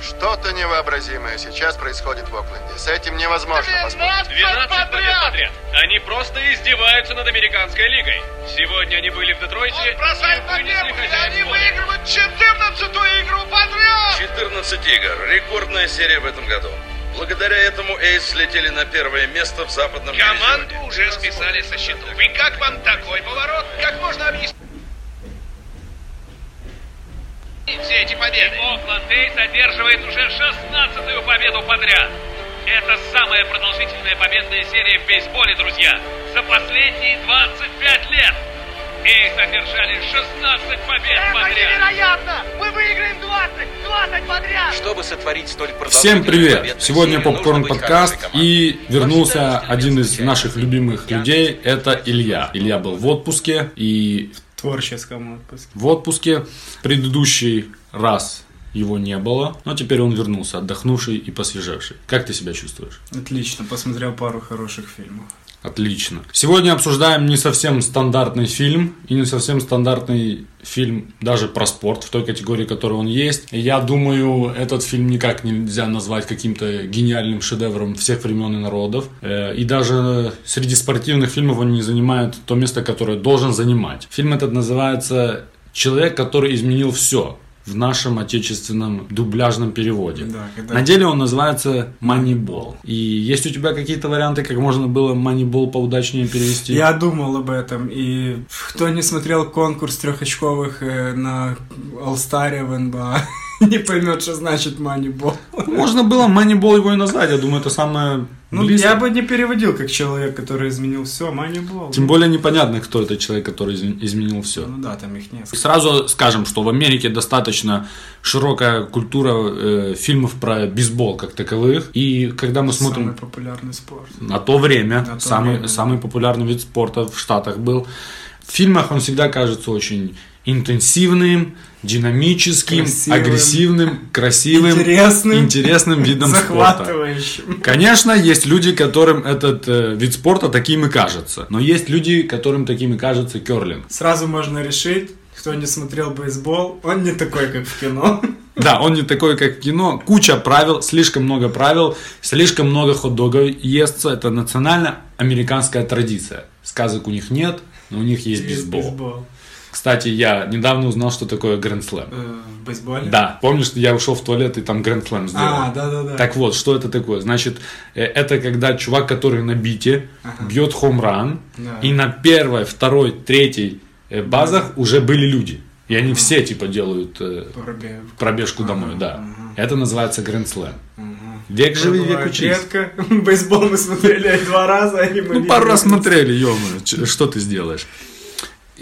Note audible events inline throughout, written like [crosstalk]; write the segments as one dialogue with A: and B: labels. A: Что-то невообразимое сейчас происходит в Окленде. С этим невозможно поспорить.
B: 12 побед подряд. Они просто издеваются над американской лигой. Сегодня они были в Детройте
C: бросает
B: и
C: на
B: вынесли
C: небо, и они
B: хозяев поля.
C: выигрывают 14 игру подряд!
D: 14 игр. Рекордная серия в этом году. Благодаря этому Эйс слетели на первое место в западном
C: Команду
D: дивизионе.
C: уже списали со счетов. И как вам такой поворот? Как можно объяснить? Все эти победы.
B: Окленд Эйс одерживает уже 16-ю победу подряд. Это самая продолжительная победная серия в бейсболе, друзья, за последние 25 лет. Эйс одержали 16 побед подряд.
E: невероятно! Мы выиграем 20! 20 подряд!
F: Чтобы сотворить столь
G: Всем
F: продолжительную
G: привет!
F: победную
G: Сегодня
F: серию, нужно
G: Попкорн
F: быть
G: Подкаст
F: хорошей командой.
G: и вернулся один из наших любимых людей, это Илья. Илья был в отпуске и
H: творческом отпуске.
G: в отпуске предыдущий раз его не было, но теперь он вернулся, отдохнувший и посвежевший. Как ты себя чувствуешь?
H: Отлично, посмотрел пару хороших фильмов.
G: Отлично. Сегодня обсуждаем не совсем стандартный фильм и не совсем стандартный фильм даже про спорт в той категории, в которой он есть. И Я думаю, этот фильм никак нельзя назвать каким-то гениальным шедевром всех времен и народов. Э, И даже среди спортивных фильмов он не занимает то место, которое должен занимать. Фильм этот называется «Человек, который изменил все» в нашем отечественном дубляжном переводе.
H: Да, когда-
G: На деле он называется Moneyball. И есть у тебя какие-то варианты, как можно было Moneyball поудачнее перевести?
H: Я думал об этом, и кто не смотрел конкурс трехочковых э, на Алстаре в НБА, [laughs] не поймет, что значит манибол.
G: Можно было Moneyball его и назвать, я думаю, это самое
H: Ну,
G: близкое.
H: я бы не переводил как человек, который изменил все, манибол.
G: Тем более непонятно, кто этот человек, который изм- изменил все.
H: Ну да, там их несколько.
G: Сразу скажем, что в Америке достаточно широкая культура э, фильмов про бейсбол как таковых. И когда мы смотрим...
H: Самый популярный спорт.
G: На то время
H: На то
G: самый,
H: время, да.
G: самый популярный вид спорта в Штатах был. В фильмах он всегда кажется очень интенсивным, динамическим,
H: Красивым.
G: агрессивным, красивым,
H: Интересным.
G: интересным видом спорта.
H: Захватывающим.
G: Конечно, есть люди, которым этот э, вид спорта таким и кажется. Но есть люди, которым таким и кажется керлинг.
H: Сразу можно решить, кто не смотрел бейсбол, он не такой, как в кино.
G: Да, он не такой, как в кино. Куча правил, слишком много правил, слишком много хот-догов естся. Это национально-американская традиция. Сказок у них нет, но у них есть бейсбол.
H: Бейсбол.
G: Кстати, я недавно узнал, что такое грандслэм.
H: Э, В бейсболе?
G: Да, помнишь, я ушел в туалет и там грандслэм сделал?
H: А, да-да-да.
G: Так вот, что это такое? Значит, э, это когда чувак, который на бите, бьет хомран,
H: Да.
G: и на первой, второй, третьей э, базах уже были люди. И они все, типа, делают э,
H: Пробег.
G: пробежку домой, да. Это называется Grand Slam. Век живи, век
H: Бывает
G: учись.
H: редко. [laughs] Бейсбол мы смотрели [laughs] два раза. и мы
G: Ну, пару раз смотрели, ё-моё, ч- что ты сделаешь.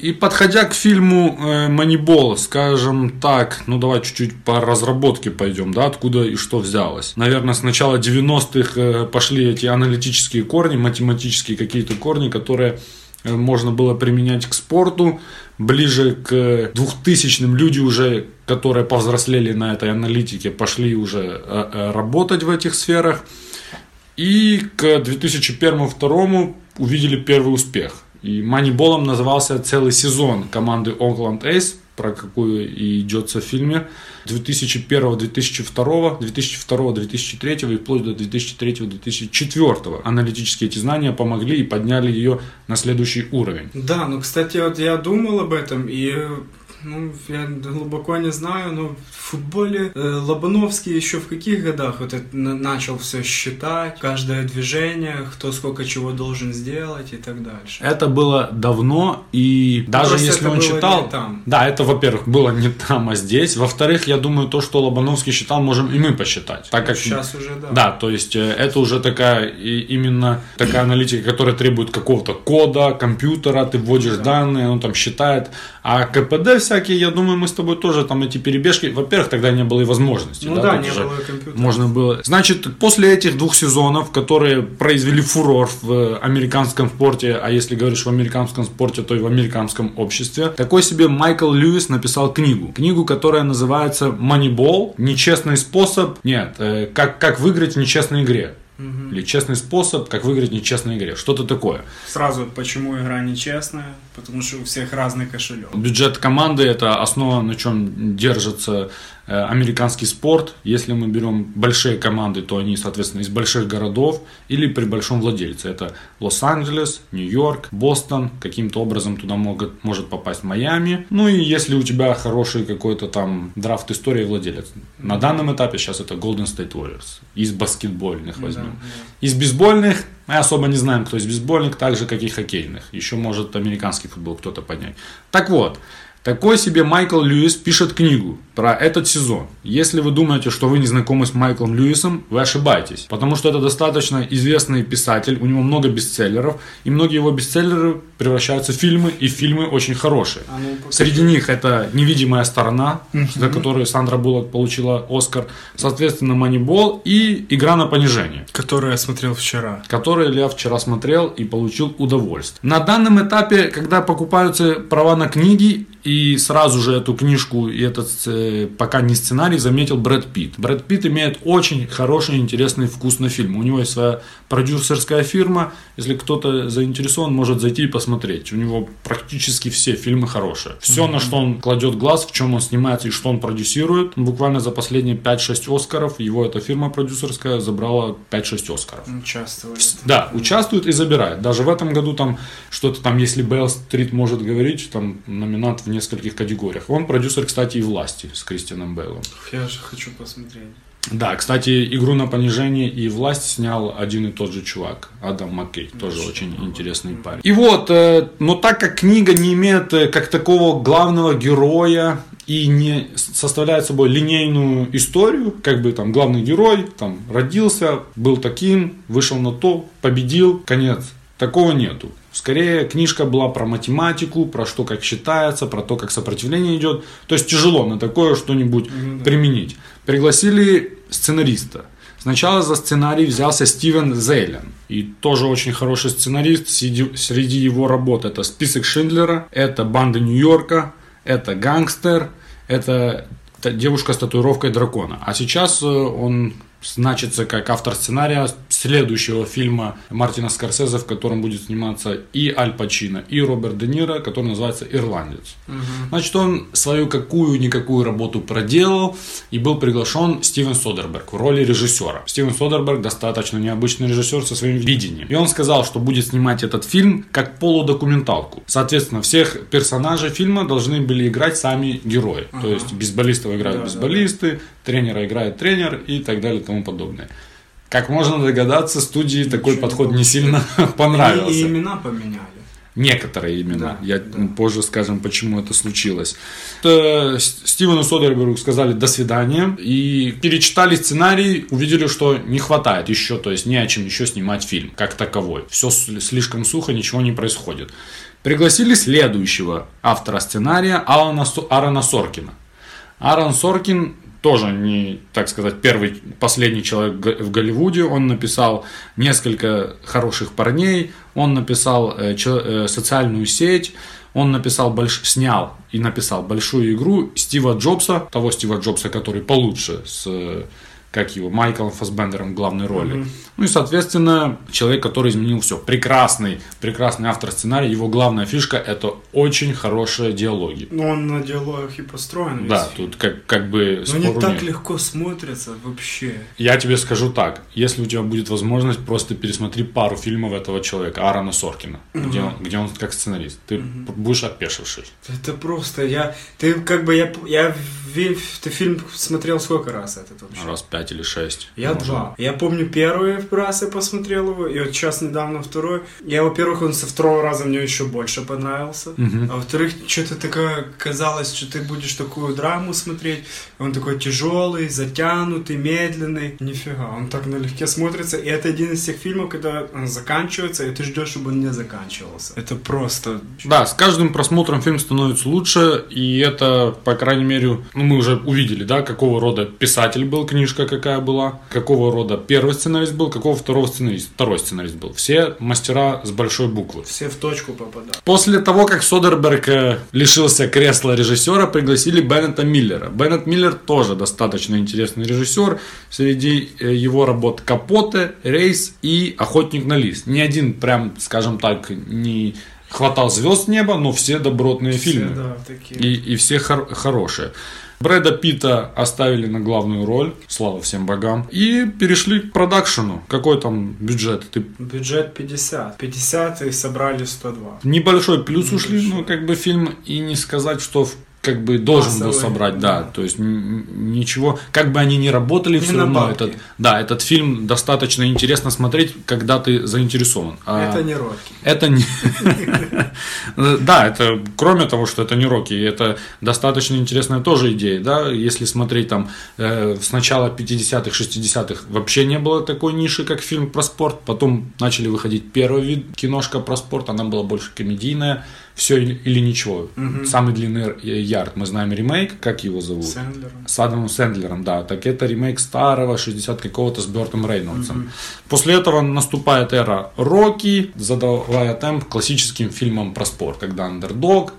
G: И подходя к фильму э, «Манибол», скажем так, ну давай чуть-чуть по разработке пойдем, да, откуда и что взялось. Наверное, с начала 90-х э, пошли эти аналитические корни, математические какие-то корни, которые э, можно было применять к спорту. Ближе к э, 2000-м люди уже, которые повзрослели на этой аналитике, пошли уже э, э, работать в этих сферах. И к 2001-2002 увидели первый успех. И маниболом назывался целый сезон команды Окленд Эйс, про какую и идется в фильме. 2001, 2002, 2002, 2003 и вплоть до 2003, 2004. Аналитические эти знания помогли и подняли ее на следующий уровень.
H: Да, ну, кстати, вот я думал об этом, и э, ну, я глубоко не знаю, но в футболе э, Лобановский еще в каких годах вот это на- начал все считать, каждое движение, кто сколько чего должен сделать и так дальше.
G: Это было давно, и даже
H: Просто
G: если
H: Ну, это
G: он
H: было
G: читал...
H: не там.
G: Да, это, во-первых, было не там, а здесь. Во-вторых, я думаю, то, что Лобановский считал, можем и мы посчитать. Так как
H: Сейчас уже, да.
G: Да, то есть э, это уже такая и- именно такая аналитика, которая требует какого-то кода, компьютера, ты вводишь данные, он там считает. А КПД всякие, я думаю, мы с тобой тоже там эти перебежки. Во-первых, тогда не было и возможности.
H: Ну да,
G: тут
H: не
G: уже
H: было компьютера.
G: Можно было. Значит, после этих двух сезонов, которые произвели фурор в э, американском спорте, а если говоришь в американском спорте, то и в американском обществе, такой себе Майкл Льюис написал книгу. Книгу, которая называется «Moneyball. Нечестный способ». Нет, э, как, как выиграть в нечестной игре. Или честный способ, как выиграть в нечестной игре. Что-то такое.
H: Сразу, почему игра нечестная, потому что у всех разный кошелек.
G: Бюджет команды – это основа, на чем держится э, э, американский спорт, если мы берем большие команды, то они, соответственно, из больших городов или при большом владельце. Это Лос-Анджелес, Нью-Йорк, Бостон, каким-то образом туда могут, может попасть Майами. Ну и если у тебя хороший какой-то там драфт истории владелец. На данном этапе сейчас это Golden State Warriors. Из баскетбольных возьмем. Из бейсбольных мы особо не знаем, кто из бейсбольных, так же, как и хоккейных. Еще может американский футбол кто-то понять. Так вот, такой себе Майкл Льюис пишет книгу про этот сезон. Если вы думаете, что вы не знакомы с Майклом Льюисом, вы ошибаетесь. Потому что это достаточно известный писатель, у него много бестселлеров, и многие его бестселлеры превращаются в фильмы, и фильмы очень хорошие.
H: А ну, покажи.
G: Среди них это «Невидимая сторона», за которую Сандра Буллок получила Оскар, соответственно, «Манибол» и «Игра на понижение»
H: Который я смотрел вчера.
G: которые я вчера смотрел и получил удовольствие. На данном этапе, когда покупаются права на книги, и сразу же эту книжку и этот э, пока не сценарий заметил Брэд Питт. Брэд Питт имеет очень хороший, интересный вкус на фильм. У него есть своя продюсерская фирма. Если кто-то заинтересован, может зайти и посмотреть. У него практически все фильмы хорошие. Все, на что он кладет глаз, в чем он снимается и что он продюсирует. Буквально за последние 5-6 Оскаров его эта фирма продюсерская забрала 5-6 Оскаров.
H: Участвует.
G: Да, участвует и забирает. Даже в этом году там что-то там, если Белл Стрит может говорить, там номинант в нескольких категориях. Он продюсер, кстати, и власти с Кристианом Бейлом.
H: Я же хочу посмотреть.
G: Да, кстати, игру на понижение и власть снял один и тот же чувак, Адам Маккей, тоже очень интересный парень. И вот, э, но так как книга не имеет э, как такого главного героя и не с- составляет собой линейную историю, как бы там главный герой там родился, был таким, вышел на то, победил, конец. Такого нету. Скорее, книжка была про математику, про что как считается, про то, как сопротивление идет. То есть тяжело на такое что-нибудь применить. Пригласили сценариста. Сначала за сценарий взялся Стивен Зейлен. И тоже очень хороший сценарист. Сиди- Среди его работ это «Список Шиндлера», это «Банда Нью-Йорка», это «Гангстер», это та- «Девушка с татуировкой дракона». А сейчас э, он значится как автор сценария следующего фильма Мартина Скорсезе, в котором будет сниматься и Аль Пачино, и Роберт Де Ниро, который называется «Ирландец». Значит, он свою какую-никакую работу проделал и был приглашен Стивен Содерберг в роли режиссера. Стивен Содерберг достаточно необычный режиссер со своим видением. И он сказал, что будет снимать этот фильм как полудокументалку. Соответственно, всех персонажей фильма должны были играть сами герои. То есть бейсболистов играют бейсболисты, тренера играет тренер и так далее и тому подобное. Как можно догадаться, студии такой
H: Ничего не
G: подход не сильно [laughs]
H: И,
G: понравился.
H: и имена поменяли.
G: Некоторые имена.
H: Да,
G: Я
H: да.
G: м, позже скажем, почему это случилось. Э, С- Стивену Содербергу сказали «до свидания». И перечитали сценарий, увидели, что не хватает еще, то есть не о чем еще снимать фильм как таковой. Все слишком сухо, ничего не происходит. Пригласили следующего автора сценария Алана Со- Аарона Соркина. Аарон Соркин тоже не, так сказать, первый, последний человек г- в Голливуде. Он написал несколько хороших парней, он написал э, чел- э, социальную сеть, он написал больш... снял и написал большую игру Стива Джобса, того Стива Джобса, который получше с э, как его, Майклом Фасбендером в главной роли. Ну и, соответственно, человек, который изменил все. Прекрасный, прекрасный автор сценария. Его главная фишка – это очень хорошие диалоги.
H: Но он на диалогах и построен. весь
G: Да,
H: фильм.
G: тут как, как бы
H: Но они
G: спору
H: Ну, так
G: нет.
H: легко смотрятся вообще.
G: Я тебе скажу так, если у тебя будет возможность, просто пересмотри пару фильмов этого человека, Аарона Соркина, где, он, где он как сценарист. Ты п- будешь опешивший.
H: Это просто я... Ты как бы я... я ви- ты фильм смотрел сколько раз этот вообще?
G: Раз пять или шесть.
H: Я
G: может.
H: два. Я помню первый раз я посмотрел его, и вот сейчас недавно второй. Я, во-первых, он со второго раза мне еще больше понравился. А во-вторых, что-то такое казалось, что ты будешь такую драму смотреть. Он такой тяжелый, затянутый, медленный. Нифига, он так налегке смотрится. И это один из тех фильмов, когда он заканчивается, и ты ждешь, чтобы он не заканчивался. Это просто...
G: Да, с каждым просмотром фильм становится лучше, и это, по крайней мере, ну, мы уже увидели, да, какого рода писатель был, книжка какая была, какого рода первый сценарист был, какого второго сценарист, второй сценарист был. Все мастера с большой буквы.
H: Все в точку попадают.
G: После того, как Содерберг э, лишился кресла режиссера, пригласили Беннета Миллера. Беннет Миллер тоже достаточно интересный режиссер. Среди э, его работ «Капоте», «Рейс» и «Охотник на лис». Ни один, прям, скажем так, не хватал звезд с неба, но все добротные фильмы.
H: Да, такие.
G: И, и все хор- хорошие. Брэда Питта оставили на главную роль, слава всем богам, и перешли к продакшену. Какой там бюджет? Ты
H: Бюджет 50. 50 и собрали 102.
G: небольшой плюс ушли, ну, как бы фильм, и не сказать, что в- как бы должен был
H: Массовый,
G: собрать, да,
H: да.
G: то есть н- н- ничего, как бы они ни работали,
H: Не
G: все равно
H: на бабки.
G: этот, да, этот фильм достаточно интересно смотреть, когда ты заинтересован. А-
H: Это не Рокки.
G: это не... [laughs] Да, это кроме того, что это не Рокки, это достаточно интересная тоже идея, да, если смотреть там э, с начала 50-х, 60-х вообще не было такой ниши, как фильм про спорт, потом начали выходить первый вид киношка про спорт, она была больше комедийная, все или, или ничего. Самый длинный э, ярд, мы знаем ремейк, как его зовут?
H: Сэндлером.
G: С Адамом Сэндлером, да. Так это ремейк старого 60 какого-то с Бертом Рейнольдсом. После этого наступает эра Рокки, задавая темп классическим фильмам про спорт, когда андердог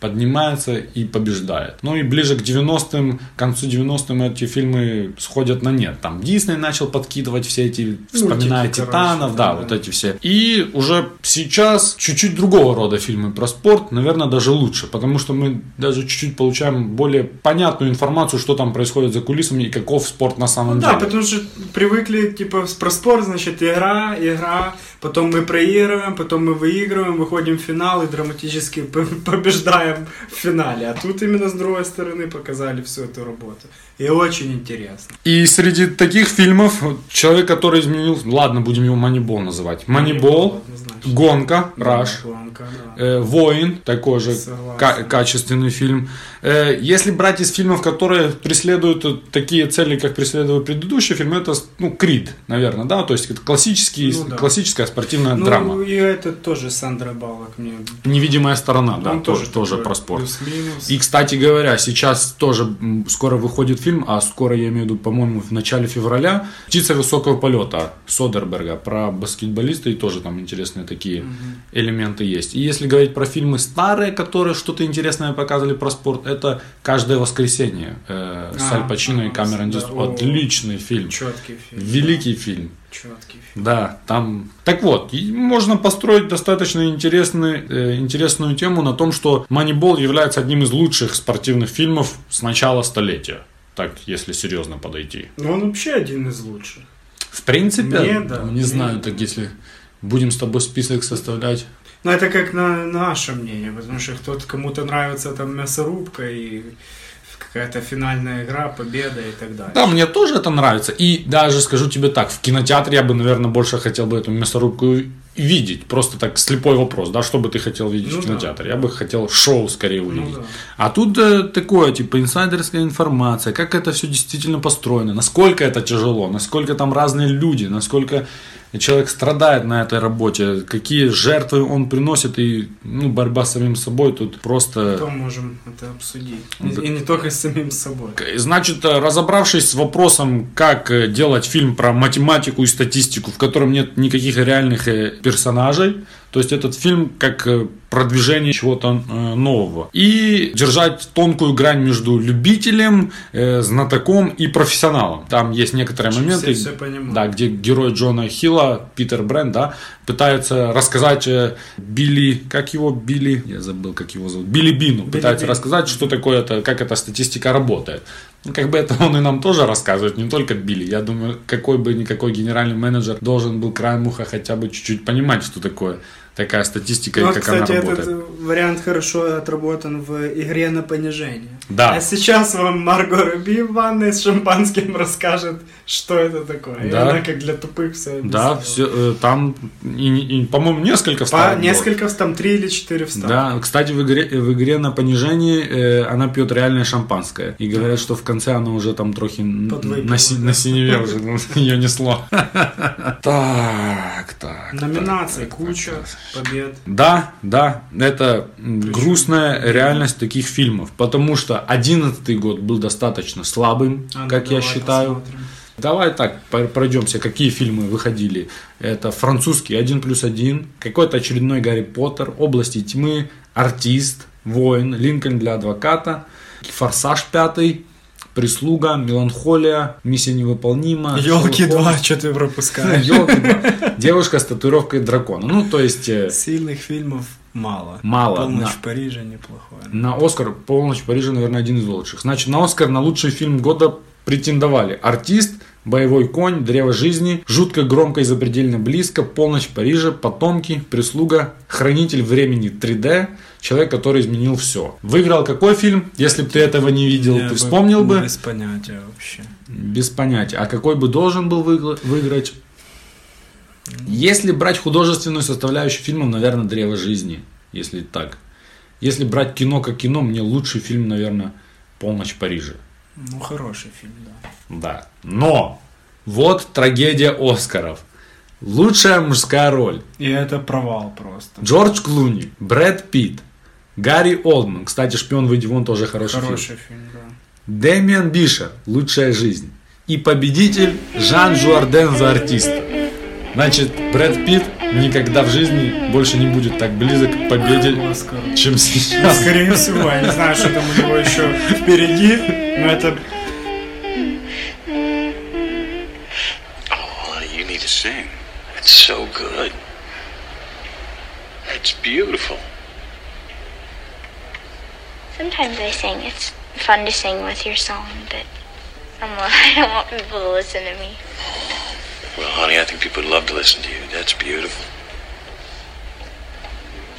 G: поднимается и побеждает. Ну и ближе к 90-м, к концу 90-м эти фильмы сходят на нет. Там Дисней начал подкидывать все эти, вспоминая
H: короче,
G: Титанов, да,
H: да.
G: вот эти все. И уже сейчас чуть-чуть другого рода фильмы про спорт, наверное, даже лучше, потому что мы даже чуть-чуть получаем более понятную информацию, что там происходит за кулисами и каков спорт на самом
H: Ну Да,
G: деле.
H: потому что привыкли, типа, с- про спорт, значит, игра, игра, потом мы проигрываем, потом мы выигрываем, выходим в финал и драматически [laughs] п- побеждаем в финале. А тут именно с другой стороны показали всю эту работу. И очень интересно.
G: И среди таких фильмов человек, который изменил, ладно, будем его Манибол называть. Манибол,
H: Однозначно.
G: Гонка, Раш,
H: Гонка, да.
G: Э, Воин, такой же
H: Согласен.
G: ка- качественный фильм. Э, Если брать из фильмов, которые преследуют э, такие цели, как преследовал предыдущий фильм, это ну, Крид, наверное, да, то есть это классический,
H: Ну да.
G: классическая спортивная
H: Ну,
G: драма.
H: и это тоже Сандра Баллок мне.
G: Невидимая сторона, да,
H: Он
G: тоже, тоже
H: такой
G: про спорт.
H: плюс-минус.
G: И, кстати говоря, сейчас тоже м, скоро выходит фильм, а скоро, я имею в виду, по-моему, в начале февраля, «Птица высокого полета» Содерберга про баскетболиста, и тоже там интересные такие элементы есть. И если говорить про фильмы старые, которые что-то интересное показывали про спорт, это «Каждое воскресенье» э, с
H: А,
G: Аль Пачино и
H: а,
G: Камерон
H: да,
G: Диаз.
H: о.
G: Отличный фильм.
H: Четкий фильм.
G: Великий фильм.
H: Четкий фильм.
G: Да, там. Так вот, и можно построить достаточно интересный, э, интересную тему на том, что Moneyball является одним из лучших спортивных фильмов с начала столетия. Так, если серьезно подойти.
H: Ну, он вообще один из лучших.
G: В принципе,
H: Мне да,
G: не
H: мне
G: знаю,
H: да.
G: так если будем с тобой список составлять.
H: Ну, это как на наше мнение, потому что кто-то кому-то нравится там мясорубка и какая-то финальная игра, победа и так далее.
G: Да, мне тоже это нравится. И даже скажу тебе так, в кинотеатре я бы, наверное, больше хотел бы эту мясорубку и- видеть. Просто так слепой вопрос, да, что бы ты хотел видеть
H: Ну
G: в
H: да. Ну
G: кинотеатре? Я бы хотел шоу скорее увидеть.
H: да.
G: А тут э, такое, типа, инсайдерская информация, как это все действительно построено, насколько это тяжело, насколько там разные люди, насколько человек страдает на этой работе, какие жертвы он приносит, и ну, борьба с самим собой тут просто...
H: Потом можем это обсудить. И,
G: Ну, да.
H: и не только с самим собой.
G: К- Значит, э, разобравшись с вопросом, как э, делать фильм про математику и статистику, в котором нет никаких реальных э, персонажей, то есть этот фильм как э, продвижение чего-то э, нового. И держать тонкую грань между любителем, э, знатоком и профессионалом. Там есть некоторые
H: Чтобы
G: моменты,
H: все всё понимали.
G: да, где герой Джона Хилла, Питер Брент, да, пытается рассказать э, Билли, как его, Билли, я забыл, как его зовут, Билли Бину, пытается
H: Бин.
G: рассказать, что такое это, как эта статистика работает. Ну, как бы это он и нам тоже рассказывает, не только Билли. Я думаю, какой бы никакой генеральный менеджер должен был краем уха хотя бы чуть-чуть понимать, что такое такая статистика и
H: Ну, вот,
G: как
H: кстати,
G: она
H: этот
G: работает.
H: э, вариант хорошо отработан в игре на понижение.
G: Да.
H: А сейчас вам Марго Руби в ванной с шампанским [laughs] расскажет, что это такое. И
G: Да.
H: она как для тупых все
G: Да, все, э, там, и- и, по-моему, несколько
H: По
G: вставок было.
H: несколько, там три или четыре вставки.
G: Да, кстати, в игре, в игре на понижении э, она пьет реальное шампанское. И говорят, что в конце она уже там трохи н-
H: Подвыпила,
G: на, си-
H: да.
G: на синеве уже ну, [laughs] ее
H: [laughs]
G: несло. Так, так.
H: Номинаций
G: так, так,
H: куча,
G: так.
H: побед.
G: Да, да, это м, грустная реальность таких фильмов, потому что 11 год был достаточно слабым,
H: А ну,
G: как я
H: давай
G: считаю.
H: посмотрим.
G: Давай так по- пройдемся, какие фильмы выходили. Это французский 1 плюс 1, какой-то очередной Гарри Поттер, Области тьмы, Артист, Воин, Линкольн для адвоката, Форсаж 5, Прислуга, Меланхолия, Миссия
H: А,
G: невыполнима.
H: Ёлки
G: Шерлок
H: два,
G: Холмс,
H: что ты пропускаешь?
G: «Ёлки-два», Девушка с татуировкой дракона. Ну, то есть... э,
H: Сильных фильмов мало.
G: Мало,
H: Полночь
G: да.
H: в Париже неплохое.
G: На Оскар «Полночь в Париже», наверное, один из лучших. Значит, на Оскар на лучший фильм года претендовали «Артист», «Боевой конь», «Древо жизни», «Жутко, громко и запредельно близко», «Полночь в Париже», «Потомки», «Прислуга», «Хранитель времени 3D», «Человек, который изменил все». Выиграл какой фильм? Если бы ты этого не видел,
H: Я
G: ты вспомнил бы?
H: Без понятия вообще.
G: Без понятия. А какой бы должен был выигла- выиграть? Если брать художественную составляющую фильма, наверное, «Древо жизни», если так. Если брать кино как кино, мне лучший фильм, наверное, «Полночь в Париже».
H: Ну, хороший фильм, да.
G: Да. Но! Вот трагедия Оскаров. Лучшая мужская роль.
H: И это провал просто.
G: Джордж Клуни, Брэд Питт, Гарри Олдман. Кстати, «Шпион, выйди вон» тоже хороший, фильм.
H: Хороший фильм, да.
G: Дэмиан Бишер «Лучшая жизнь». И победитель Жан Жуарден за артиста. Значит, Брэд Питт никогда в жизни больше не будет так близок к победе,
H: Оскар.
G: чем сейчас.
H: Скорее всего, я не знаю, что там у него еще впереди, но это...
F: Oh, you need to sing. That's so good. That's beautiful.
I: Sometimes I sing. It's fun to sing with your song, but I'm, [laughs] I don't want people to listen to me.
F: Well, honey, I think people would love to listen to you. That's beautiful.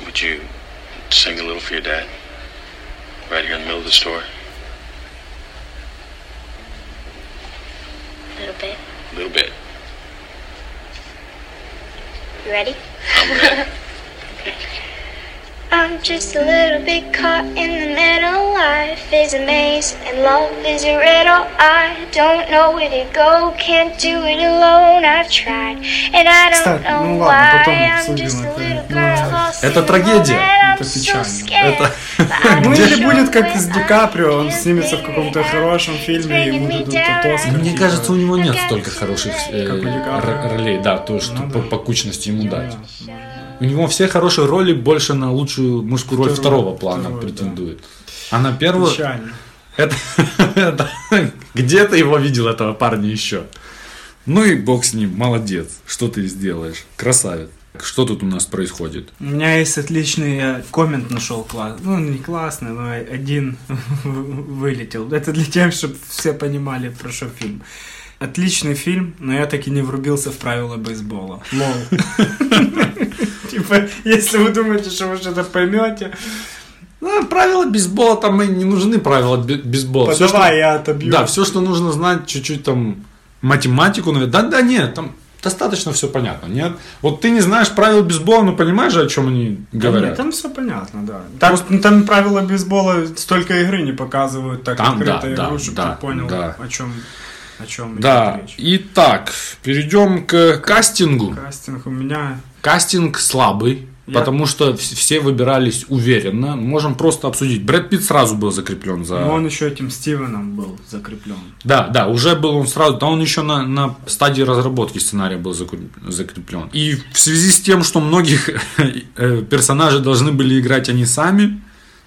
F: Would you sing a little for your dad? Right here in the middle of the store?
I: A little bit.
F: A little bit.
I: You ready?
F: I'm
I: [laughs]
F: ready.
I: I'm just a little bit caught in the middle. Life is a maze and love is a riddle. I don't know where to go. Can't do it alone. I've tried and I don't
H: Кстати, ну
I: know
H: ладно,
I: why.
H: потом
I: I'm
H: обсудим
I: just a
H: это.
I: little
H: Ну,
I: girl lost
G: это
I: in the
G: трагедия,
I: moment.
H: это
I: I'm so
H: печально.
I: scared,
G: Это-
I: but I'm
H: Ну
I: not
H: или
I: sure
H: будет как
I: where
H: с
I: I
H: Ди Каприо, он
I: can
H: снимется в каком-то
I: figure it
H: хорошем
I: out.
H: фильме и
I: It's
H: будет
I: bringing
H: этот
I: me down.
H: Оскар.
G: Мне
H: типа,
G: кажется, у него нет столько хороших э,
H: Как у Ди Каприо.
G: р- ролей, да, то, что
H: Ну
G: по,
H: да.
G: по кучности ему
H: да,
G: дать.
H: можно.
G: У него все хорошие роли больше на лучшую мужскую роль
H: Вторую,
G: второго плана
H: вторую, да.
G: претендует. А на первую...
H: Печально.
G: Это, [laughs] это- где ты его видел, этого парня еще? Ну и бог с ним, молодец. Что ты сделаешь? Красавец. Что тут у нас происходит?
H: У меня есть отличный я коммент нашел класс. Ну, не классный, но один [laughs] вылетел. Это для тех, чтобы все понимали, про что фильм. Отличный фильм, но я так и не врубился в правила бейсбола. Лол. [laughs] Типа, если вы думаете, что вы что-то поймете,
G: Ну, правила бейсбола там и не нужны правила бе- бейсбола. Всё, что-
H: подавай, я отобью.
G: Да, все, что нужно знать, чуть-чуть там математику, наверное. Да, да, нет, там достаточно все понятно, нет? Вот ты не знаешь правил бейсбола, но понимаешь же, о чем они
H: Да нет,
G: говорят?
H: Ну, там все понятно, да. Там, ну, там правила бейсбола столько игры не показывают, так
G: Там, да,
H: открыто
G: да,
H: игру, чтобы
G: да,
H: ты понял,
G: да.
H: о чем о чем
G: Да,
H: идет речь.
G: итак, перейдем к кастингу.
H: Кастинг у меня
G: Кастинг слабый,
H: Я-
G: потому что вс- все выбирались уверенно. Можем просто обсудить. Брэд Питт сразу был закреплен за...
H: Но он еще этим Стивеном был закреплен.
G: Да, да, уже был он сразу, да он еще на, на стадии разработки сценария был закру- закреплен. И в связи с тем, что многих [laughs] э, персонажей должны были играть они сами,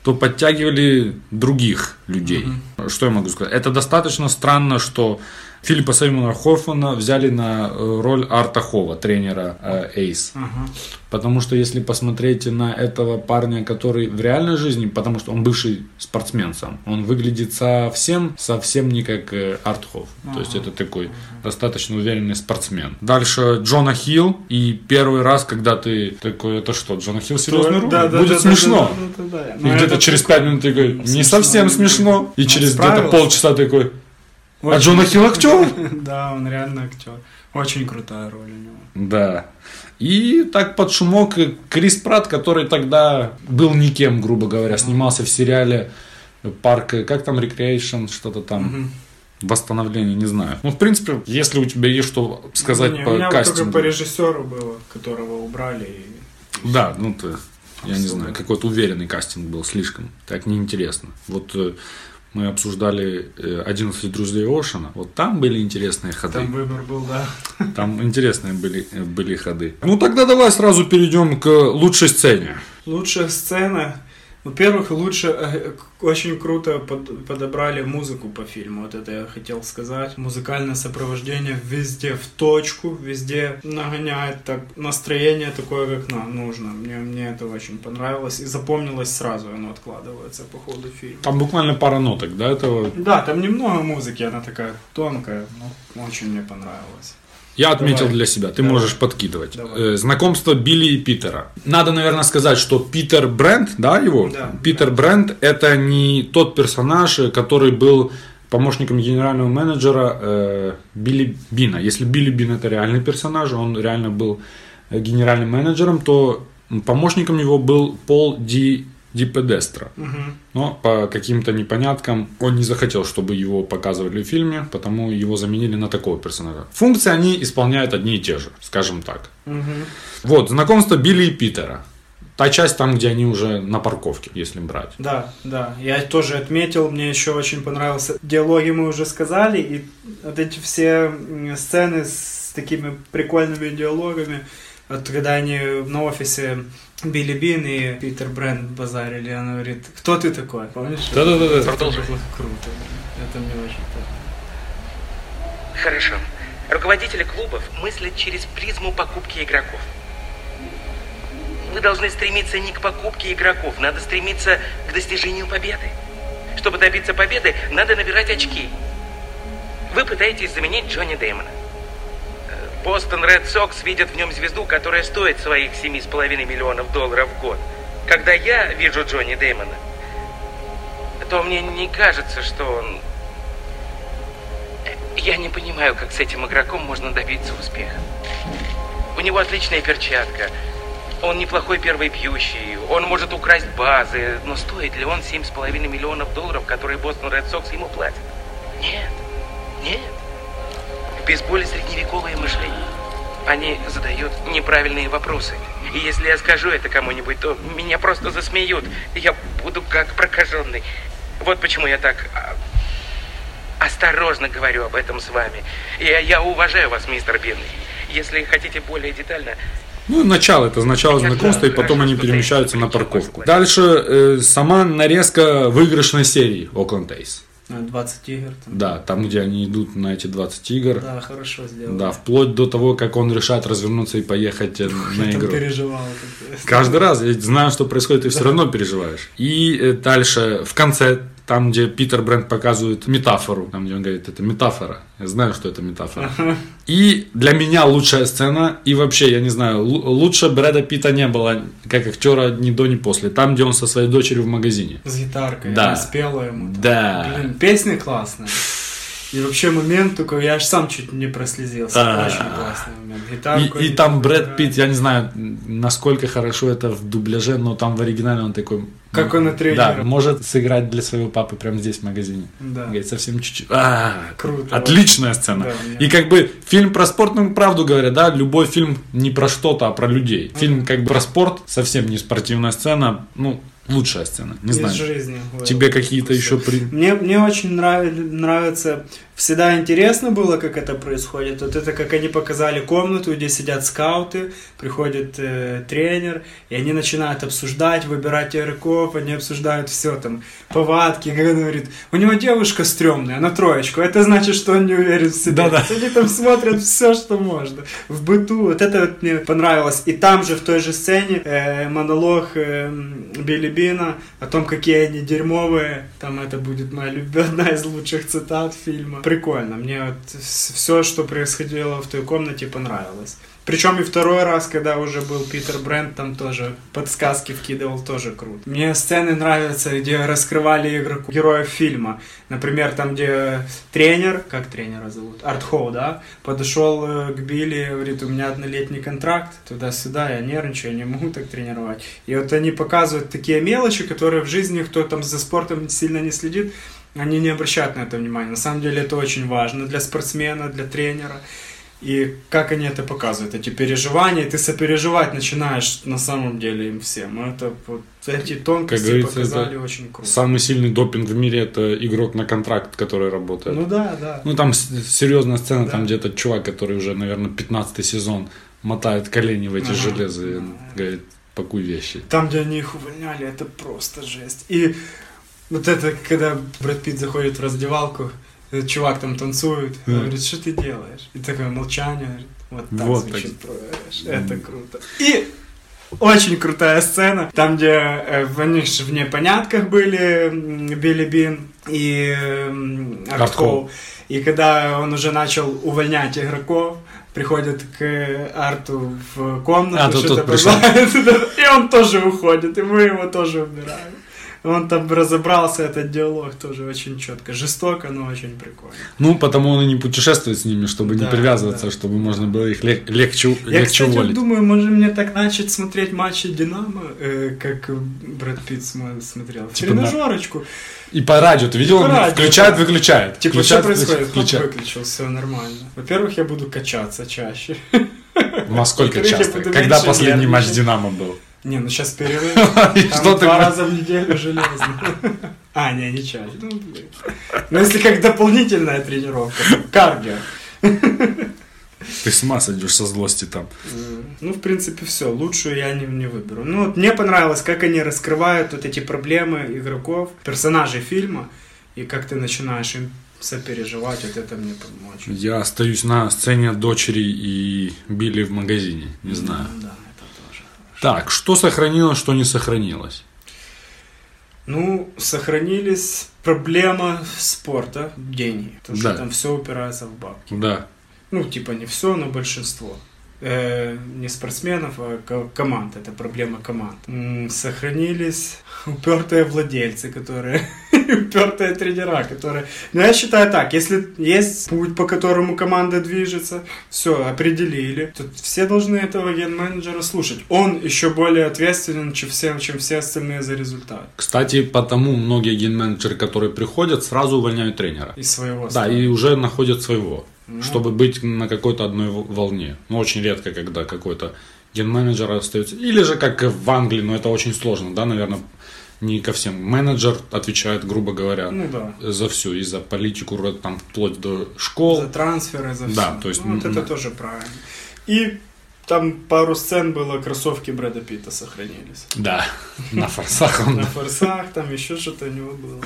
G: то подтягивали других людей. Что я могу сказать? Это достаточно странно, что Филиппа Саймона Хоффмана взяли на э, роль Арта Хова, тренера э, Эйс.
H: Ага.
G: Потому что если посмотреть на этого парня, который в реальной жизни, потому что он бывший спортсмен сам, он выглядит совсем, совсем не как э, Артхоф. То есть это такой достаточно уверенный спортсмен. Дальше Джона Хилл. И первый раз, когда ты такой, это что, Джона Хилл серьезный роль?
H: Да, да,
G: Будет
H: да,
G: смешно.
H: да, да, да, да.
G: И
H: Но
G: где-то
H: это
G: через пять минут ты такой, не
H: Смешно.
G: совсем смешно. И
H: Ну,
G: через где-то
H: справился.
G: полчаса ты такой, а
H: очень-
G: Джона Хилл актер?
H: [laughs] Да, он реально актер. Очень крутая роль у него.
G: Да. И так под шумок и Крис Пратт, который тогда был никем, грубо говоря, снимался в сериале Парк, э, как там, Recreation, что-то там. Восстановление, не знаю. Ну, в принципе, если у тебя есть что сказать
H: Не, у
G: по
H: меня вот
G: кастингу.
H: только по режиссеру было, которого убрали. и-
G: Да, ну ты, я не знаю, какой-то уверенный кастинг был слишком. Так неинтересно. Вот э, мы обсуждали э, 11 друзей Оушена. Вот там были интересные ходы.
H: Там выбор был, да.
G: Там интересные были, э, были ходы. Ну тогда давай сразу перейдем к лучшей сцене.
H: Лучшая сцена. Во-первых, лучше, э, к- очень круто под- подобрали музыку по фильму, вот это я хотел сказать. Музыкальное сопровождение везде в точку, везде нагоняет так, настроение такое, как нам нужно. Мне, мне это очень понравилось и запомнилось сразу, оно откладывается по ходу фильма.
G: Там буквально пара ноток, да, этого.
H: Да, там немного музыки, она такая тонкая, но очень мне понравилось.
G: Я отметил
H: Давай.
G: для себя, ты
H: Давай.
G: можешь подкидывать.
H: Давай.
G: Э, Знакомство Билли и Питера. Надо, наверное, сказать, что Питер Брент, да, его?
H: Да.
G: Питер Брент это не тот персонаж, э, который был помощником генерального менеджера э, Билли Бина. Если Билли Бин это реальный персонаж, он реально был э, генеральным менеджером, то м, помощником его был Пол Ди, Ди Педестро. Но по каким-то непоняткам он не захотел, чтобы его показывали в фильме, потому его заменили на такого персонажа. Функции они исполняют одни и те же, скажем так. Вот, знакомство Билли и Питера. Та часть там, где они уже на парковке, если брать.
H: Да, да, я тоже отметил, мне еще очень понравился. Диалоги мы уже сказали, и вот эти все м, сцены с такими прикольными диалогами, вот когда они на офисе Билли Бин и Питер Брэнд базарили, она говорит, кто ты такой, помнишь?
G: Да-да-да.
H: Продолжи. Это было круто, это мне очень так.
E: Хорошо. Руководители клубов мыслят через призму покупки игроков. Вы должны стремиться не к покупке игроков, надо стремиться к достижению победы. Чтобы добиться победы, надо набирать очки. Вы пытаетесь заменить Джонни Дэймона. Э, Бостон Ред Сокс видят в нем звезду, которая стоит своих 7,5 миллионов долларов в год. Когда я вижу Джонни Дэймона, то мне не кажется, что он я не понимаю, как с этим игроком можно добиться успеха. У него отличная перчатка. Он неплохой первый пьющий. Он может украсть базы. Но стоит ли он 7,5 миллионов долларов, которые Бостон Ред Сокс ему платит? Нет. Нет. В бейсболе средневековое мышление. Они задают неправильные вопросы. И если я скажу это кому-нибудь, то меня просто засмеют. Я буду как прокаженный. Вот почему я так а, Осторожно говорю об этом с вами. Я, я уважаю вас, мистер Бин. Если хотите более детально,
G: Ну, начало, это начало
E: Понятно,
G: знакомства, и
E: хорошо,
G: потом они
E: что ты типа
G: перемещаются на
E: включил
G: парковку.
E: мой
G: Дальше э, сама нарезка выигрышной серии Oakland Ace.
H: А, 20 игр там.
G: Да, там, где они идут на эти 20 игр.
H: Да, хорошо сделал.
G: Да, вплоть до того, как он решает развернуться и поехать э, на
H: Там
G: игру.
H: переживал. как-то.
G: Каждый раз, я знаю, что происходит, и все равно переживаешь. И э, дальше, в конце, там, где Питер Бренд показывает метафору, там, где он говорит, это метафора. Я знаю, что это метафора. И для меня лучшая сцена, и вообще, я не знаю, лу- лучше Брэда Питта не было, как актера ни до, ни после. Там, где он со своей дочерью в магазине.
H: э, С гитаркой.
G: Да.
H: она спела ему. там.
G: Да.
H: Блин, песня классная. И вообще момент такой, я аж сам чуть не прослезился.
G: Да.
H: Очень классный момент.
G: А. И,
H: Гитарку
G: и
H: они
G: там Брэд
H: играют.
G: Питт, я не знаю, насколько хорошо это в дубляже, но там в оригинале он такой...
H: Как он и тренер.
G: Да, может сыграть для своего папы прямо здесь в магазине.
H: Да.
G: Говорит, совсем чуть-чуть. А,
H: Круто.
G: Отличная сцена.
H: Да, мне-
G: и как бы фильм про спорт, ну, правду говоря, да, любой фильм не про что-то, а про людей. Фильм как бы про спорт, совсем не спортивная сцена, ну, лучшая сцена. Не
H: Из
G: знаю.
H: жизни.
G: Тебе какие-то
H: Всё.
G: еще при...
H: Мне, мне очень нрав- нравится, всегда интересно было, как это происходит. Вот это, как они показали комнату, где сидят скауты, приходит э, тренер, и они начинают обсуждать, выбирать игроков, они обсуждают все там, повадки, как он говорит, у него девушка стрёмная, она троечку, это значит, что он не уверен в себе.
G: Да-да.
H: Они там смотрят все, что можно. В быту, вот это вот мне понравилось. И там же, в той же сцене, э, монолог э, м, Билли Бина о том, какие они дерьмовые. Там это будет моя люб- [laughs] одна из лучших цитат фильма. Прикольно. Мне вот все, что происходило в той комнате, понравилось. Причем и второй раз, когда уже был Питер Брент, там тоже подсказки вкидывал, тоже круто. Мне сцены нравятся, где раскрывали игроку героев фильма. Например, там, где тренер, как тренера зовут, Артхоу, да, подошел э, к Билли, говорит, у меня однолетний контракт, туда-сюда, я нервничаю, не могу так тренировать. И вот они показывают такие мелочи, которые в жизни, кто там за спортом сильно не следит, они не обращают на это внимания. На самом деле это очень важно для спортсмена, для тренера. И как они это показывают, эти переживания, и ты сопереживать начинаешь на самом деле им всем. Это вот эти тонкости
G: говорится,
H: показали
G: это
H: очень круто.
G: Самый сильный допинг в мире это игрок на контракт, который работает.
H: Ну да, да.
G: Ну, там с- серьезная сцена,
H: Да.
G: там где-то чувак, который уже, наверное, 15 сезон мотает колени в эти
H: Ага.
G: железы. и
H: Ага.
G: Говорит, пакуй вещи.
H: Там, где они их увольняли, это просто жесть. И вот это, когда Брэд Питт заходит в раздевалку, этот чувак там танцует, он
G: Да.
H: говорит, что ты делаешь? И такое молчание, говорит, вот так
G: Вот
H: звучит трэш, это круто. И очень крутая сцена, там, где э, они ж в непонятках были, м, Билли Бин и м, Арт
G: Арт Холл.
H: Холл. И когда он уже начал увольнять игроков, приходит к Арту в комнату,
G: А, тут
H: что-то
G: тот пришел.
H: предлагает, и он тоже уходит, и мы его тоже убираем. Он там разобрался, этот диалог тоже очень четко. Жестоко, но очень прикольно.
G: Ну, потому он и не путешествует с ними, чтобы не
H: Да,
G: привязываться,
H: да.
G: чтобы можно было их лег- легче,
H: Я,
G: легче
H: кстати, вот
G: уволить.
H: думаю, может мне так начать смотреть матчи Динамо, э, как Брэд Питт смо- смотрел.
G: Типа на-
H: Тренажерочку.
G: И по радио, ты видел,
H: По
G: он
H: радио,
G: включает,
H: да.
G: выключает.
H: Типа,
G: включает,
H: что происходит? Хоп,
G: Включает.
H: выключил, все нормально. Во-первых, я буду качаться чаще.
G: Ну, а сколько
H: Короче,
G: часто?
H: буду
G: Когда
H: меньше
G: последний матч
H: нервничать.
G: Динамо был?
H: Не, ну сейчас перерыв.
G: [laughs] И
H: Там
G: Что ты
H: два
G: будешь-
H: раза в неделю железно. [laughs] А, не, не чаще. Ну, блин. Ну, если как дополнительная тренировка, то кардио.
G: Ты с ума сойдешь со злости там.
H: Ну, в принципе, все. Лучшую я не, не выберу. Ну, вот мне понравилось, как они раскрывают вот эти проблемы игроков, персонажей фильма, и как ты начинаешь им сопереживать, вот это мне помочь.
G: Я остаюсь на сцене дочери и Билли в магазине. Не знаю.
H: Да, это тоже.
G: Так, что сохранилось, что не сохранилось?
H: Ну, сохранились проблема спорта, деньги. Потому
G: Да.
H: что там все упирается в бабки.
G: Да.
H: ну, типа не все, но большинство. Э, не спортсменов, а ко- команд. Это проблема команд. М, сохранились [laughs] упертые владельцы, которые... [laughs] упертые тренера, которые... Но я считаю так, если есть путь, по которому команда движется, все, определили, то все должны этого ген-менеджера слушать. Он еще более ответственен, чем все, чем все остальные за результат.
G: Кстати, потому многие ген-менеджеры, которые приходят, сразу увольняют тренера.
H: И своего
G: Да,
H: ставят.
G: и уже находят своего,
H: Ну.
G: чтобы быть на какой-то одной в- волне. Ну, очень редко, когда какой-то ген-менеджер остается. Или же, как и в Англии, но это очень сложно, да, наверное, не ко всем. Менеджер отвечает, грубо говоря,
H: Ну да.
G: за всю, и за политику, ро- там, вплоть до школ.
H: За трансферы, за
G: Да,
H: все.
G: то есть,
H: ну, вот
G: м,
H: это
G: м.
H: тоже правильно. И там пару сцен было, кроссовки Брэда Питта сохранились.
G: Да, [laughs] на форсах он.
H: На форсах, там еще что-то у него было.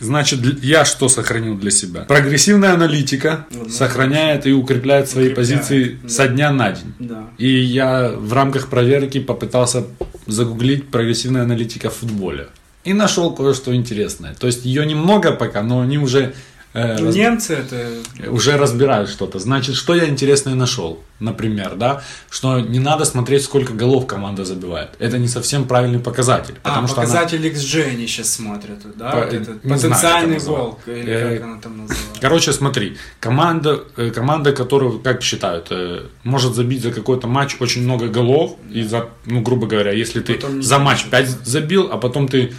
G: Значит, для- я что сохранил для себя? Прогрессивная аналитика
H: Ну, да.
G: сохраняет и укрепляет свои
H: Укрепляет,
G: позиции
H: да.
G: со дня на день.
H: Да.
G: И я в рамках проверки попытался загуглить прогрессивная аналитика в футболе. И нашел кое-что интересное. То есть ее немного пока, но они уже, э, раз-
H: Ну, Немцы это...
G: уже разбирают что-то. Значит, что я интересное нашел? Например, да, что не надо смотреть, сколько голов команда забивает. Это не совсем правильный показатель.
H: а,
G: Потому что она-
H: показатель XG они сейчас смотрят, да?
G: По-
H: вот
G: не
H: этот
G: знаю,
H: потенциальный
G: как она
H: волк, или
G: Э,
H: как она там называется.
G: Короче, смотри, команда, э, команда, которую, как считают, э, может забить за какой-то матч очень много голов. И за, ну, грубо говоря, если ты
H: Потом не
G: за матч
H: получится.
G: 5 забил, а потом ты